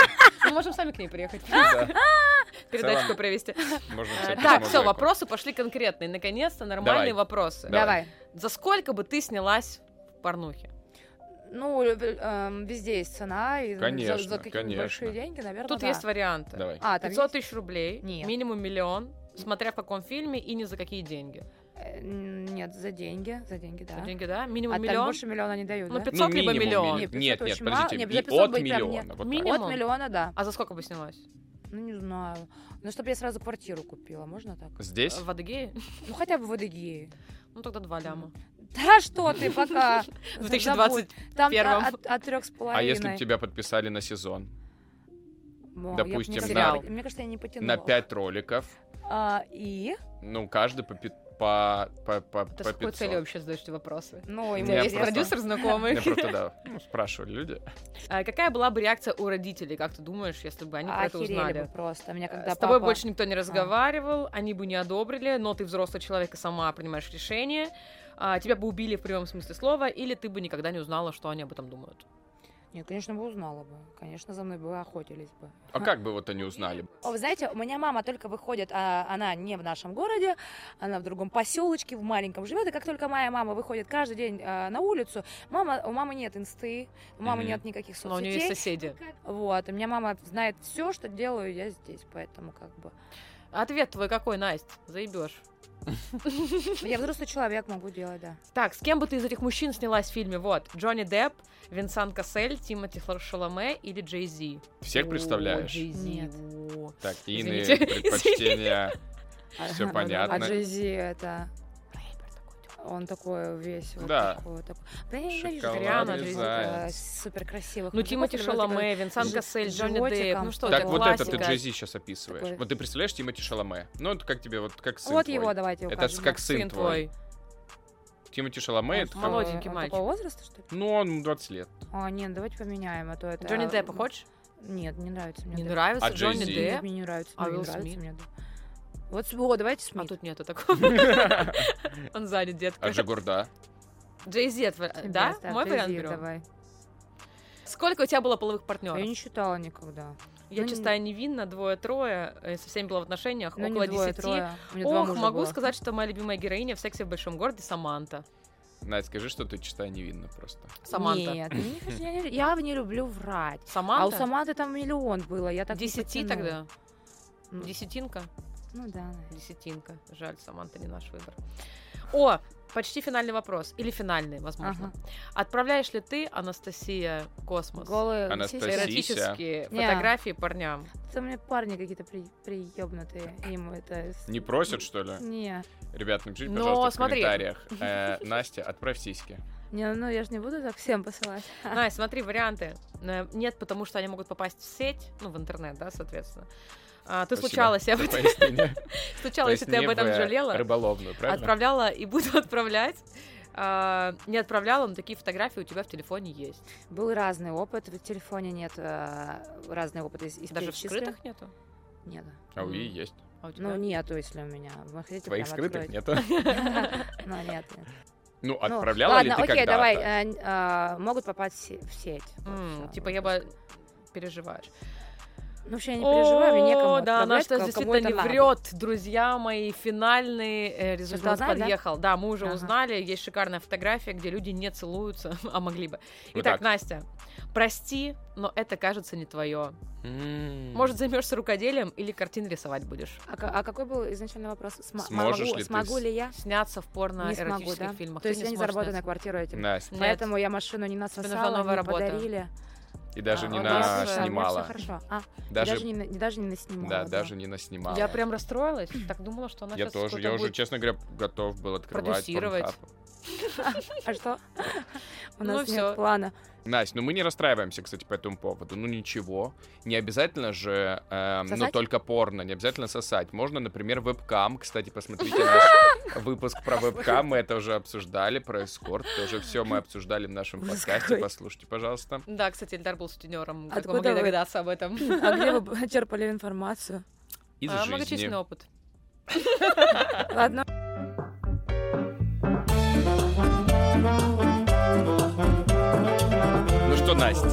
Speaker 2: Мы можем сами к ней приехать.
Speaker 1: Да.
Speaker 2: Передачку
Speaker 1: целом,
Speaker 2: провести.
Speaker 1: Можно
Speaker 2: Э,
Speaker 1: всякую
Speaker 2: Так,
Speaker 1: мозаику.
Speaker 2: все, вопросы пошли конкретные. Наконец-то нормальные
Speaker 1: Давай.
Speaker 2: вопросы.
Speaker 1: Да.
Speaker 3: Давай.
Speaker 2: За сколько бы ты снялась в порнухе?
Speaker 3: Ну, э, эм, везде есть цена, и за-
Speaker 1: Конечно,
Speaker 3: за какие-то
Speaker 1: конечно.
Speaker 3: большие деньги, наверное,
Speaker 2: Тут есть варианты.
Speaker 1: Давай.
Speaker 3: А, там
Speaker 2: 500
Speaker 3: есть?
Speaker 2: тысяч рублей,
Speaker 3: Нет.
Speaker 2: минимум миллион, смотря в каком фильме и ни за какие деньги.
Speaker 3: Э, м, Нет, за деньги, за деньги, да.
Speaker 2: Деньги, да?
Speaker 3: А
Speaker 2: Минимум
Speaker 3: там
Speaker 2: миллион.
Speaker 3: больше миллиона не дают,
Speaker 2: Ну,
Speaker 3: да?
Speaker 2: 500 либо
Speaker 1: минимум
Speaker 2: миллион.
Speaker 1: мили-
Speaker 3: Не, 500
Speaker 1: Нет, нет,
Speaker 3: очень мало.
Speaker 1: подождите.
Speaker 3: Не,
Speaker 1: и
Speaker 3: 500
Speaker 1: от
Speaker 3: быть прям
Speaker 1: миллиона.
Speaker 3: не-
Speaker 1: вот так.
Speaker 2: Минимум.
Speaker 3: От миллиона, да.
Speaker 2: А за сколько бы снялась?
Speaker 3: Ну, не знаю. Ну, чтобы я сразу квартиру купила, можно так?
Speaker 1: Здесь?
Speaker 2: Э, В Адыгее?
Speaker 3: Ну, хотя бы в Адыгее.
Speaker 2: Ну тогда два ляма.
Speaker 3: Да что
Speaker 2: [laughs]
Speaker 3: ты пока?
Speaker 2: В 2020
Speaker 3: забудь. Там
Speaker 2: первом.
Speaker 3: от- от трех с половиной.
Speaker 1: А если бы тебя подписали на сезон?
Speaker 3: Во, я б,
Speaker 1: допустим,
Speaker 3: мне кажется,
Speaker 2: на-
Speaker 3: я- Мне кажется, я не потянула.
Speaker 1: На 5 роликов.
Speaker 3: А, И?
Speaker 1: Ну, каждый по пи- по по по по
Speaker 2: Ты с какой
Speaker 1: 500.
Speaker 2: целью вообще задаешь эти вопросы?
Speaker 3: Ну,
Speaker 2: У
Speaker 3: ему
Speaker 2: тебя
Speaker 1: Я
Speaker 2: есть
Speaker 1: просто- [laughs]
Speaker 2: продюсер знакомый.
Speaker 1: Я просто, да, ну, спрашивали люди.
Speaker 2: [laughs] А Какая была бы реакция у родителей, как ты думаешь, если бы они про это
Speaker 3: Охерели бы
Speaker 2: узнали? Э,
Speaker 3: просто. Меня когда
Speaker 2: С тобой
Speaker 3: папа- А.
Speaker 2: больше никто не разговаривал, они бы не одобрили, но ты взрослый человек и сама принимаешь решение. А, Тебя бы убили в прямом смысле слова, или ты бы никогда не узнала, что они об этом думают.
Speaker 3: Нет, конечно бы узнала бы. Конечно, за мной бы охотились бы.
Speaker 1: А как бы вот они узнали?
Speaker 3: О, вы знаете, у меня мама только выходит, а она не в нашем городе, она в другом поселочке, в маленьком живет. И как только моя мама выходит каждый день а, на улицу, мама, у мамы нет инсты, у мамы
Speaker 1: Мгм.
Speaker 3: нет никаких
Speaker 2: Но у нее есть
Speaker 3: соцсетей.
Speaker 2: соседи.
Speaker 3: Вот, и у меня мама знает все, что делаю я здесь, поэтому как бы...
Speaker 2: Ответ твой какой, Настя? Заебешь.
Speaker 3: Я взрослый человек, могу делать, да.
Speaker 2: Так, с кем бы ты из этих мужчин снялась в фильме? Вот, Джонни Депп, Винсан Кассель, Тимоти Шаломе или Джей Зи?
Speaker 1: Всех
Speaker 2: О,
Speaker 1: представляешь?
Speaker 2: Джей Зи.
Speaker 3: Нет.
Speaker 2: О.
Speaker 1: Так, Ины,
Speaker 2: Извините, [laughs]
Speaker 1: предпочтения. Всё
Speaker 3: А-
Speaker 1: понятно.
Speaker 3: А Джейзи это...
Speaker 2: Рэпер такой, типа.
Speaker 3: Он такой весь вот
Speaker 1: Да.
Speaker 3: такой. такой. Да я ненавижу
Speaker 1: Шоколадный
Speaker 2: Прямо
Speaker 3: таких,
Speaker 1: заяц.
Speaker 3: э, суперкрасивых
Speaker 2: Ну,
Speaker 3: мужиков,
Speaker 2: Тимоти
Speaker 3: которые вот это
Speaker 2: Шаломе, Винсан
Speaker 3: с
Speaker 2: Кассель, Джонни Депп.
Speaker 3: животиком.
Speaker 2: Ну что,
Speaker 1: так
Speaker 2: это
Speaker 1: вот
Speaker 2: классика.
Speaker 1: это ты Джейзи сейчас описываешь.
Speaker 3: Такой.
Speaker 1: Вот ты представляешь Тимати Шаломе? Ну, это как тебе, вот как сын
Speaker 3: Вот
Speaker 1: твой.
Speaker 3: его давайте
Speaker 1: Это
Speaker 3: укажем.
Speaker 1: как сын твой. Тимати Шаломе,
Speaker 3: Он
Speaker 1: это как...
Speaker 2: мало-
Speaker 3: такой-
Speaker 2: Молоденький
Speaker 3: он
Speaker 2: мальчик.
Speaker 3: такого возраста, что ли?
Speaker 1: Ну, он ему 20
Speaker 2: [laughs]
Speaker 1: лет.
Speaker 3: А, нет, давайте поменяем, а то это...
Speaker 2: Джонни Деппа хочешь?
Speaker 3: Нет, не нравится мне.
Speaker 2: Не
Speaker 3: Депп.
Speaker 2: нравится
Speaker 1: А
Speaker 2: Джонни
Speaker 1: Джей-Зи?
Speaker 3: Нет,
Speaker 2: Депп?
Speaker 3: мне не нравится.
Speaker 2: А
Speaker 3: мне не
Speaker 2: Уилл
Speaker 3: нравится
Speaker 2: Смит?
Speaker 3: мне, да. Вот, с- о, давайте
Speaker 2: А
Speaker 3: Смит.
Speaker 2: тут нету такого.
Speaker 3: [laughs]
Speaker 2: Он занят, детка.
Speaker 1: А Жигурда?
Speaker 2: Джей Зи, отв- да?
Speaker 3: Бест, Э, да,
Speaker 2: Мой
Speaker 3: Джей-Зи,
Speaker 2: вариант берем.
Speaker 3: Давай.
Speaker 2: Сколько у тебя было половых
Speaker 3: А Я
Speaker 2: партнеров?
Speaker 3: не считала никогда.
Speaker 2: Я
Speaker 3: Ну,
Speaker 2: чистая невинна, двое-трое, э, со всеми была в отношениях,
Speaker 3: Ну,
Speaker 2: около
Speaker 3: не двое,
Speaker 2: десяти.
Speaker 3: трое. У меня два
Speaker 2: Ох,
Speaker 3: мужа
Speaker 2: могу
Speaker 3: было.
Speaker 2: сказать, что моя любимая героиня в сексе в большом городе Саманта.
Speaker 1: Надь, скажи, что ты чистая невинна просто.
Speaker 2: Саманта.
Speaker 3: Нет, я не хочу, я не- я не люблю врать. А у
Speaker 2: Саманта?
Speaker 3: Саманты там миллион было, я так не
Speaker 2: Десяти
Speaker 3: потяну.
Speaker 2: тогда?
Speaker 3: Ну,
Speaker 2: Десятинка?
Speaker 3: Ну да, наверное.
Speaker 2: Десятинка. Жаль, Саманта не наш выбор. О, почти финальный вопрос. Или финальный, возможно.
Speaker 3: Ага.
Speaker 2: Отправляешь ли ты, Анастасия, космос?
Speaker 3: Голые
Speaker 1: Анастасия.
Speaker 3: сиськи.
Speaker 2: Эротические
Speaker 3: Не.
Speaker 2: фотографии парням.
Speaker 3: Там у меня парни какие-то при... приебнутые, им это... с-
Speaker 1: Не просят, что ли?
Speaker 3: Не,
Speaker 1: Ребят, напишите,
Speaker 2: Но
Speaker 1: пожалуйста, в
Speaker 2: смотри.
Speaker 1: комментариях.
Speaker 2: [laughs]
Speaker 1: Э, Настя, отправь сиськи.
Speaker 3: не, ну я же не буду так всем посылать.
Speaker 2: Най, смотри, варианты. Э, Нет, потому что они могут попасть в сеть, ну, в интернет, да, соответственно. А, ты
Speaker 1: Спасибо
Speaker 2: случалась, я
Speaker 1: за
Speaker 2: [laughs]
Speaker 1: пояснение.
Speaker 2: случалась, если ты об
Speaker 1: Пояснение
Speaker 2: этом
Speaker 1: в, э,
Speaker 2: жалела.
Speaker 1: Рыболовную, правильно?
Speaker 2: Отправляла и буду [laughs] отправлять. А, не отправляла, но такие фотографии у тебя в телефоне есть.
Speaker 3: Был разный опыт, в телефоне нет э, разный опыт из, из
Speaker 2: Даже в
Speaker 3: перечисленных.
Speaker 2: скрытых нету.
Speaker 3: Нет.
Speaker 1: А у Ии есть.
Speaker 2: А у тебя?
Speaker 3: Ну нету, если у меня. Вы хотите
Speaker 1: Твоих
Speaker 3: прям
Speaker 1: скрытых
Speaker 3: [laughs]
Speaker 1: нету?
Speaker 2: [laughs]
Speaker 3: открыть? Ну нет. нет.
Speaker 1: Ну,
Speaker 3: Ну,
Speaker 1: отправляла ли
Speaker 3: ладно,
Speaker 1: ты
Speaker 3: окей,
Speaker 1: когда-то?
Speaker 3: давай, э, н- э, могут попасть в се- в сеть. Вот
Speaker 2: М,
Speaker 3: всё,
Speaker 2: типа
Speaker 3: вот
Speaker 2: я
Speaker 3: так.
Speaker 2: бы переживаешь.
Speaker 3: Ну, вообще я не переживаю, мне некому
Speaker 2: О, да,
Speaker 3: отправлять,
Speaker 2: наш
Speaker 3: кому-
Speaker 2: действительно
Speaker 3: кому это
Speaker 2: не
Speaker 3: надо.
Speaker 2: врет, друзья мои. Финальный э, результат
Speaker 3: узнали, да?
Speaker 2: подъехал. Да? мы уже
Speaker 3: Ага.
Speaker 2: узнали. Есть шикарная фотография, где люди не целуются, [laughs] а могли бы.
Speaker 1: Вот
Speaker 2: Итак,
Speaker 1: так.
Speaker 2: Настя, прости, но это кажется не твое.
Speaker 1: М.
Speaker 2: Может, займешься рукоделием или картин рисовать будешь?
Speaker 3: А, ка- а какой был изначально вопрос? Сма-
Speaker 1: Сможешь
Speaker 3: могу,
Speaker 1: ли ты
Speaker 3: смогу
Speaker 1: с-
Speaker 3: ли я?
Speaker 2: Сняться в
Speaker 3: Не смогу,
Speaker 2: порно-эротических
Speaker 3: да?
Speaker 2: фильмах.
Speaker 3: То
Speaker 2: Ты
Speaker 3: есть я ну, не
Speaker 2: сможешь
Speaker 3: заработаю на
Speaker 2: сняться.
Speaker 3: квартиру этим.
Speaker 1: Настя,
Speaker 2: Нет.
Speaker 3: Поэтому я машину не
Speaker 2: нужна
Speaker 3: насосала,
Speaker 2: новая
Speaker 3: не
Speaker 2: работа.
Speaker 3: подарили.
Speaker 1: и даже
Speaker 2: А,
Speaker 1: не
Speaker 2: у нас, э,
Speaker 1: наснимала.
Speaker 3: Все хорошо. А, даже,
Speaker 1: Даже,
Speaker 3: не, на- даже не наснимала.
Speaker 1: да, даже не наснимала.
Speaker 2: Я прям расстроилась. Так думала, что она
Speaker 1: Я
Speaker 2: сейчас
Speaker 1: тоже, я
Speaker 2: какой-то
Speaker 1: уже,
Speaker 2: будет-
Speaker 1: честно говоря, готов был открывать
Speaker 2: Продюсировать.
Speaker 1: Pornhub.
Speaker 3: А что? [laughs] У
Speaker 2: Ну
Speaker 3: нас
Speaker 2: всё.
Speaker 3: нет плана.
Speaker 1: Настя, ну мы не расстраиваемся, кстати, по этому поводу. Ну ничего. Не обязательно же, эм, ну
Speaker 3: Сосать?
Speaker 1: только порно, не обязательно сосать. Можно, например, вебкам. Кстати, посмотрите
Speaker 3: [laughs]
Speaker 1: наш выпуск про вебкам. Мы это уже обсуждали, про эскорт. Тоже все мы обсуждали в нашем
Speaker 3: Ужас
Speaker 1: подкасте.
Speaker 3: какой.
Speaker 1: Послушайте, пожалуйста.
Speaker 2: Да, кстати, Эльдар был сутенером. Как вы
Speaker 3: А Откуда
Speaker 2: могли
Speaker 3: вы?
Speaker 2: догадаться об этом?
Speaker 3: А где [laughs] вы черпали информацию?
Speaker 1: Из
Speaker 2: А,
Speaker 1: жизни.
Speaker 2: Многочисленный опыт.
Speaker 3: Ладно.
Speaker 1: Ну что, Настя,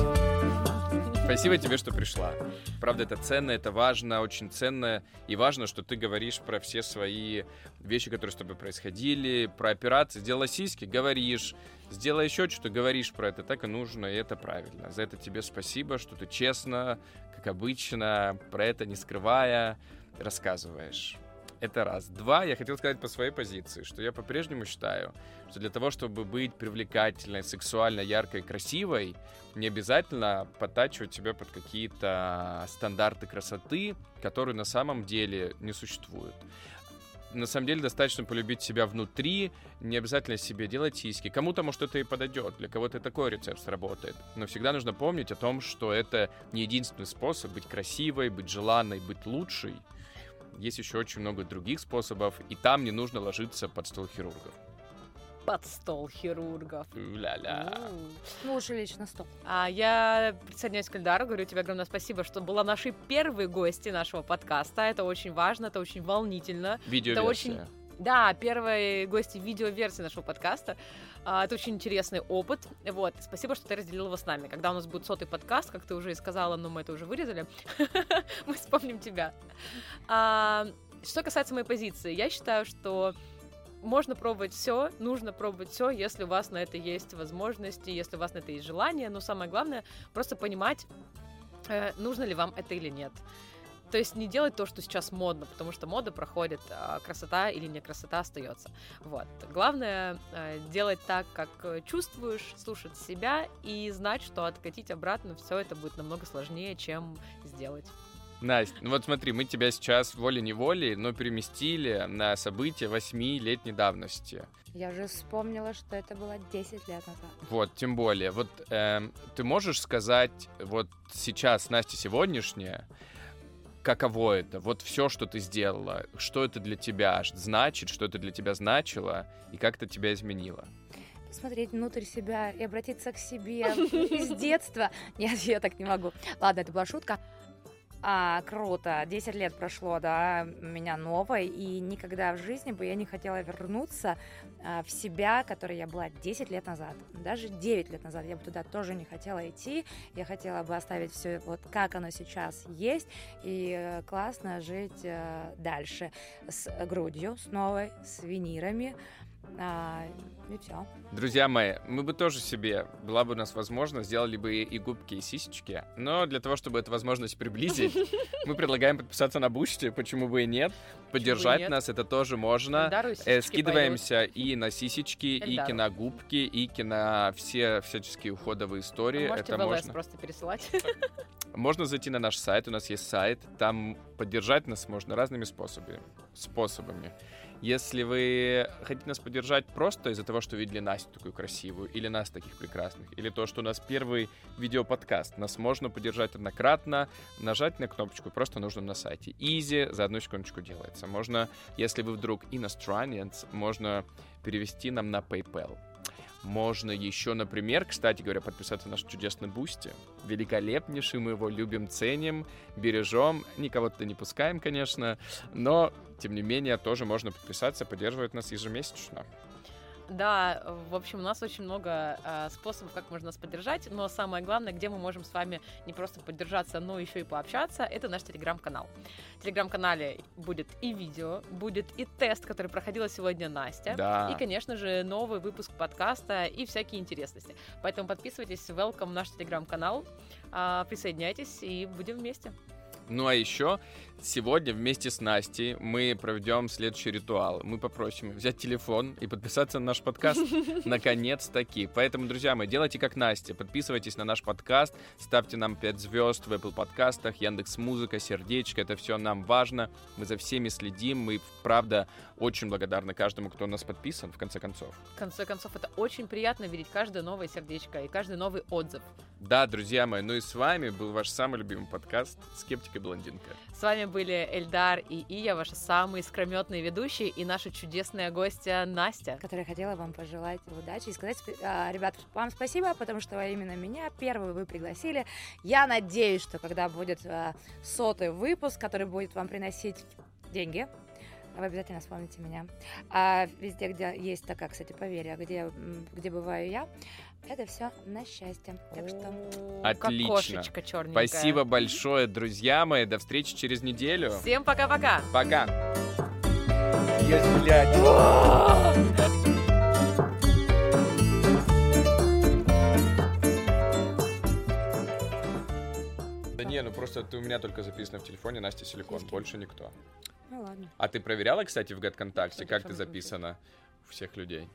Speaker 1: спасибо тебе, что пришла. Правда, это ценно, это важно, очень ценно. И важно, что ты говоришь про все свои вещи, которые с тобой происходили, про операции. Сделала сиськи, говоришь. Сделай еще что-то, говоришь про это. Так и нужно, и это правильно. За это тебе спасибо, что ты честно, как обычно, про это не скрывая, рассказываешь. Это раз. Два, я хотел сказать по своей позиции, что я по-прежнему считаю, что для того, чтобы быть привлекательной, сексуально, яркой, красивой, не обязательно подтачивать себя под какие-то стандарты красоты, которые на самом деле не существуют. На самом деле достаточно полюбить себя внутри, не обязательно себе делать сиськи. Кому-то, может, это и подойдет, для кого-то и такой рецепт сработает. Но всегда нужно помнить о том, что это не единственный способ быть красивой, быть желанной, быть лучшей. Есть еще очень много других способов, и там не нужно ложиться под стол хирургов.
Speaker 2: Под стол хирургов.
Speaker 1: Ля-ля.
Speaker 2: М.
Speaker 3: Лучше Ну, лично на стол.
Speaker 2: А я присоединяюсь к Эльдару, говорю тебе огромное спасибо, что была нашей первой гости нашего подкаста. Это очень важно, это очень волнительно.
Speaker 1: Видео
Speaker 2: Это очень Да, первые гости видеоверсии нашего подкаста. А, Это очень интересный опыт. Вот, спасибо, что ты разделил его с нами. Когда у нас будет сотый подкаст, как ты уже и сказала, но мы это уже вырезали, [laughs] мы вспомним тебя. А, Что касается моей позиции, я считаю, что можно пробовать все, нужно пробовать все, если у вас на это есть возможности, если у вас на это есть желание. Но самое главное, просто понимать, э, нужно ли вам это или нет. То есть не делать то, что сейчас модно, потому что мода проходит, а красота или не красота остается. Вот. Главное э, делать так, как э, чувствуешь, слушать себя и знать, что откатить обратно все это будет намного сложнее, чем сделать.
Speaker 1: Настя, ну вот смотри, мы тебя сейчас волей-неволей, но переместили на события 8-летней давности.
Speaker 3: Я же вспомнила, что это было 10 лет назад.
Speaker 1: Вот, тем более. Вот эм, ты можешь сказать, вот сейчас, Настя, сегодняшняя, каково это? Вот все, что ты сделала, что это для тебя значит, что это для тебя значило, и как это тебя изменило?
Speaker 3: Смотреть внутрь себя и обратиться к себе [laughs] из детства. Нет, я так не могу. Ладно, это была шутка. А, круто. 10 лет прошло, да, у меня новой, и никогда в жизни бы я не хотела вернуться а, в себя, которой я была 10 лет назад, даже 9 лет назад. Я бы туда тоже не хотела идти, я хотела бы оставить все вот как оно сейчас есть, и э, классно жить э, дальше с грудью, с новой, с винирами, а, и все.
Speaker 1: Друзья мои, мы бы тоже себе, была бы у нас возможность, сделали бы и- и губки, и сисечки. Но для того, чтобы эту возможность приблизить,
Speaker 2: [laughs]
Speaker 1: мы предлагаем подписаться на Бусти, почему бы и нет. Поддержать
Speaker 2: нет?
Speaker 1: нас это тоже можно.
Speaker 2: Эльдару и
Speaker 1: Э,
Speaker 2: сиськи
Speaker 1: Скидываемся и на сисечки, и
Speaker 2: Эльдару.
Speaker 1: киногубки, и кино все всяческие уходовые
Speaker 2: поют.
Speaker 1: истории.
Speaker 2: А Можете
Speaker 1: Это
Speaker 2: в LS
Speaker 1: можно.
Speaker 2: просто пересылать.
Speaker 1: Можно зайти на наш сайт, у нас есть сайт, там поддержать нас можно разными способами. способами. Если вы хотите нас поддержать просто из-за того, что видели Настю такую красивую, или нас таких прекрасных, или то, что у нас первый видеоподкаст, нас можно поддержать однократно, нажать на кнопочку «Просто нужно на сайте». Изи за одну секундочку делается. Можно, если вы вдруг иностранец, можно перевести нам на PayPal. Можно еще, например, кстати говоря, подписаться на наш чудесный бусти. Великолепнейший, мы его любим, ценим, бережем. Никого туда не пускаем, конечно, но, тем не менее, тоже можно подписаться, поддерживать нас ежемесячно.
Speaker 2: Да, в общем, у нас очень много э, способов, как можно нас поддержать, но самое главное, где мы можем с вами не просто поддержаться, но еще и пообщаться, это наш телеграм-канал. В телеграм-канале будет и видео, будет и тест, который проходила сегодня Настя.
Speaker 1: Да.
Speaker 2: И, конечно же, новый выпуск подкаста и всякие интересности. Поэтому подписывайтесь, welcome в наш телеграм-канал, а, присоединяйтесь и будем вместе.
Speaker 1: Ну а еще сегодня вместе с Настей мы проведем следующий ритуал. Мы попросим их взять телефон и подписаться на наш подкаст. Наконец-таки. Поэтому, друзья мои, делайте как Настя. Подписывайтесь на наш подкаст, ставьте нам 5 звезд в Apple подкастах, Яндекс Музыка, Сердечко. Это все нам важно. Мы за всеми следим. Мы, правда, очень благодарны каждому, кто нас подписан, в конце концов.
Speaker 2: В конце концов, это очень приятно видеть каждое новое сердечко и каждый новый отзыв.
Speaker 1: Да, друзья мои, ну и с вами был ваш самый любимый подкаст «Скептика и блондинка».
Speaker 2: С вами были Эльдар и Ия, ваши самые скрометные ведущие и наша чудесная гостья Настя.
Speaker 3: которой я хотела вам пожелать удачи и сказать, спе- а, ребят, вам спасибо, потому что именно меня первую вы пригласили. Я надеюсь, что когда будет а, сотый выпуск, который будет вам приносить деньги, вы обязательно вспомните меня. А везде, где есть такая, кстати, поверье, где, м, где бываю я, это все на счастье. Так что
Speaker 2: О,
Speaker 1: Отлично.
Speaker 2: Как кошечка черненькая.
Speaker 1: Спасибо большое, друзья мои. До встречи через неделю.
Speaker 2: Всем пока-пока.
Speaker 1: Пока. Есть, блядь. Да не, ну просто ты у меня только записано в телефоне Настя Силикон,
Speaker 3: Сиськи.
Speaker 1: больше никто.
Speaker 3: ну ладно.
Speaker 1: А ты проверяла, кстати, в
Speaker 2: Что
Speaker 1: ГатКонтакте,
Speaker 2: ты
Speaker 1: как
Speaker 2: там
Speaker 1: ты
Speaker 2: внутри?
Speaker 1: записана у всех людей?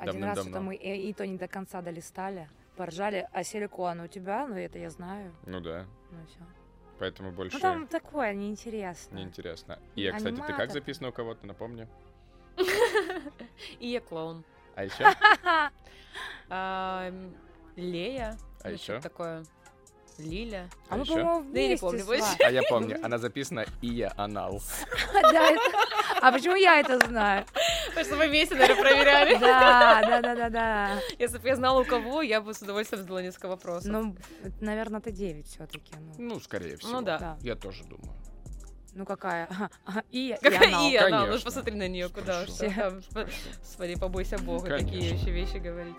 Speaker 3: Один раз
Speaker 1: Давным-давно.
Speaker 3: это мы и, и то не до конца долистали, поржали, а силикон у тебя, ну это я знаю,
Speaker 1: Ну да,
Speaker 3: ну и все.
Speaker 1: поэтому больше
Speaker 3: Ну там такое, неинтересно.
Speaker 1: неинтересно. И, а, кстати, ты как
Speaker 3: Аниматор.
Speaker 1: записана у кого-то, напомни?
Speaker 2: Ия клоун.
Speaker 1: А
Speaker 3: [laughs]
Speaker 1: еще?
Speaker 2: А, м, Лея.
Speaker 1: А
Speaker 2: Ну,
Speaker 1: еще?
Speaker 2: что-то такое. Лиля.
Speaker 3: А
Speaker 1: А
Speaker 3: мы,
Speaker 1: ещё?
Speaker 3: по-моему,
Speaker 2: Да я не
Speaker 3: вместе
Speaker 2: помню
Speaker 3: с
Speaker 2: больше.
Speaker 3: вами.
Speaker 1: А я помню, она записана Ия Анал.
Speaker 3: Да, это- А почему я это знаю?
Speaker 2: Потому что мы вместе, наверное, проверяли.
Speaker 3: Да, да, да, да, да.
Speaker 2: Если бы [laughs] я знала, у кого, я бы с удовольствием задала несколько вопросов.
Speaker 3: Ну, наверное, ты 9 все-таки.
Speaker 1: Ну, скорее всего.
Speaker 2: Ну да.
Speaker 3: Да.
Speaker 1: Я тоже думаю.
Speaker 3: Ну какая? [laughs] И,
Speaker 2: [laughs]
Speaker 3: и
Speaker 2: Какая
Speaker 3: анал.
Speaker 2: и она? Ну
Speaker 1: Конечно.
Speaker 2: посмотри на нее, куда уж
Speaker 1: Хорошо.
Speaker 2: там. Смотри, побойся Бога, такие
Speaker 1: Конечно.
Speaker 2: еще вещи говорить.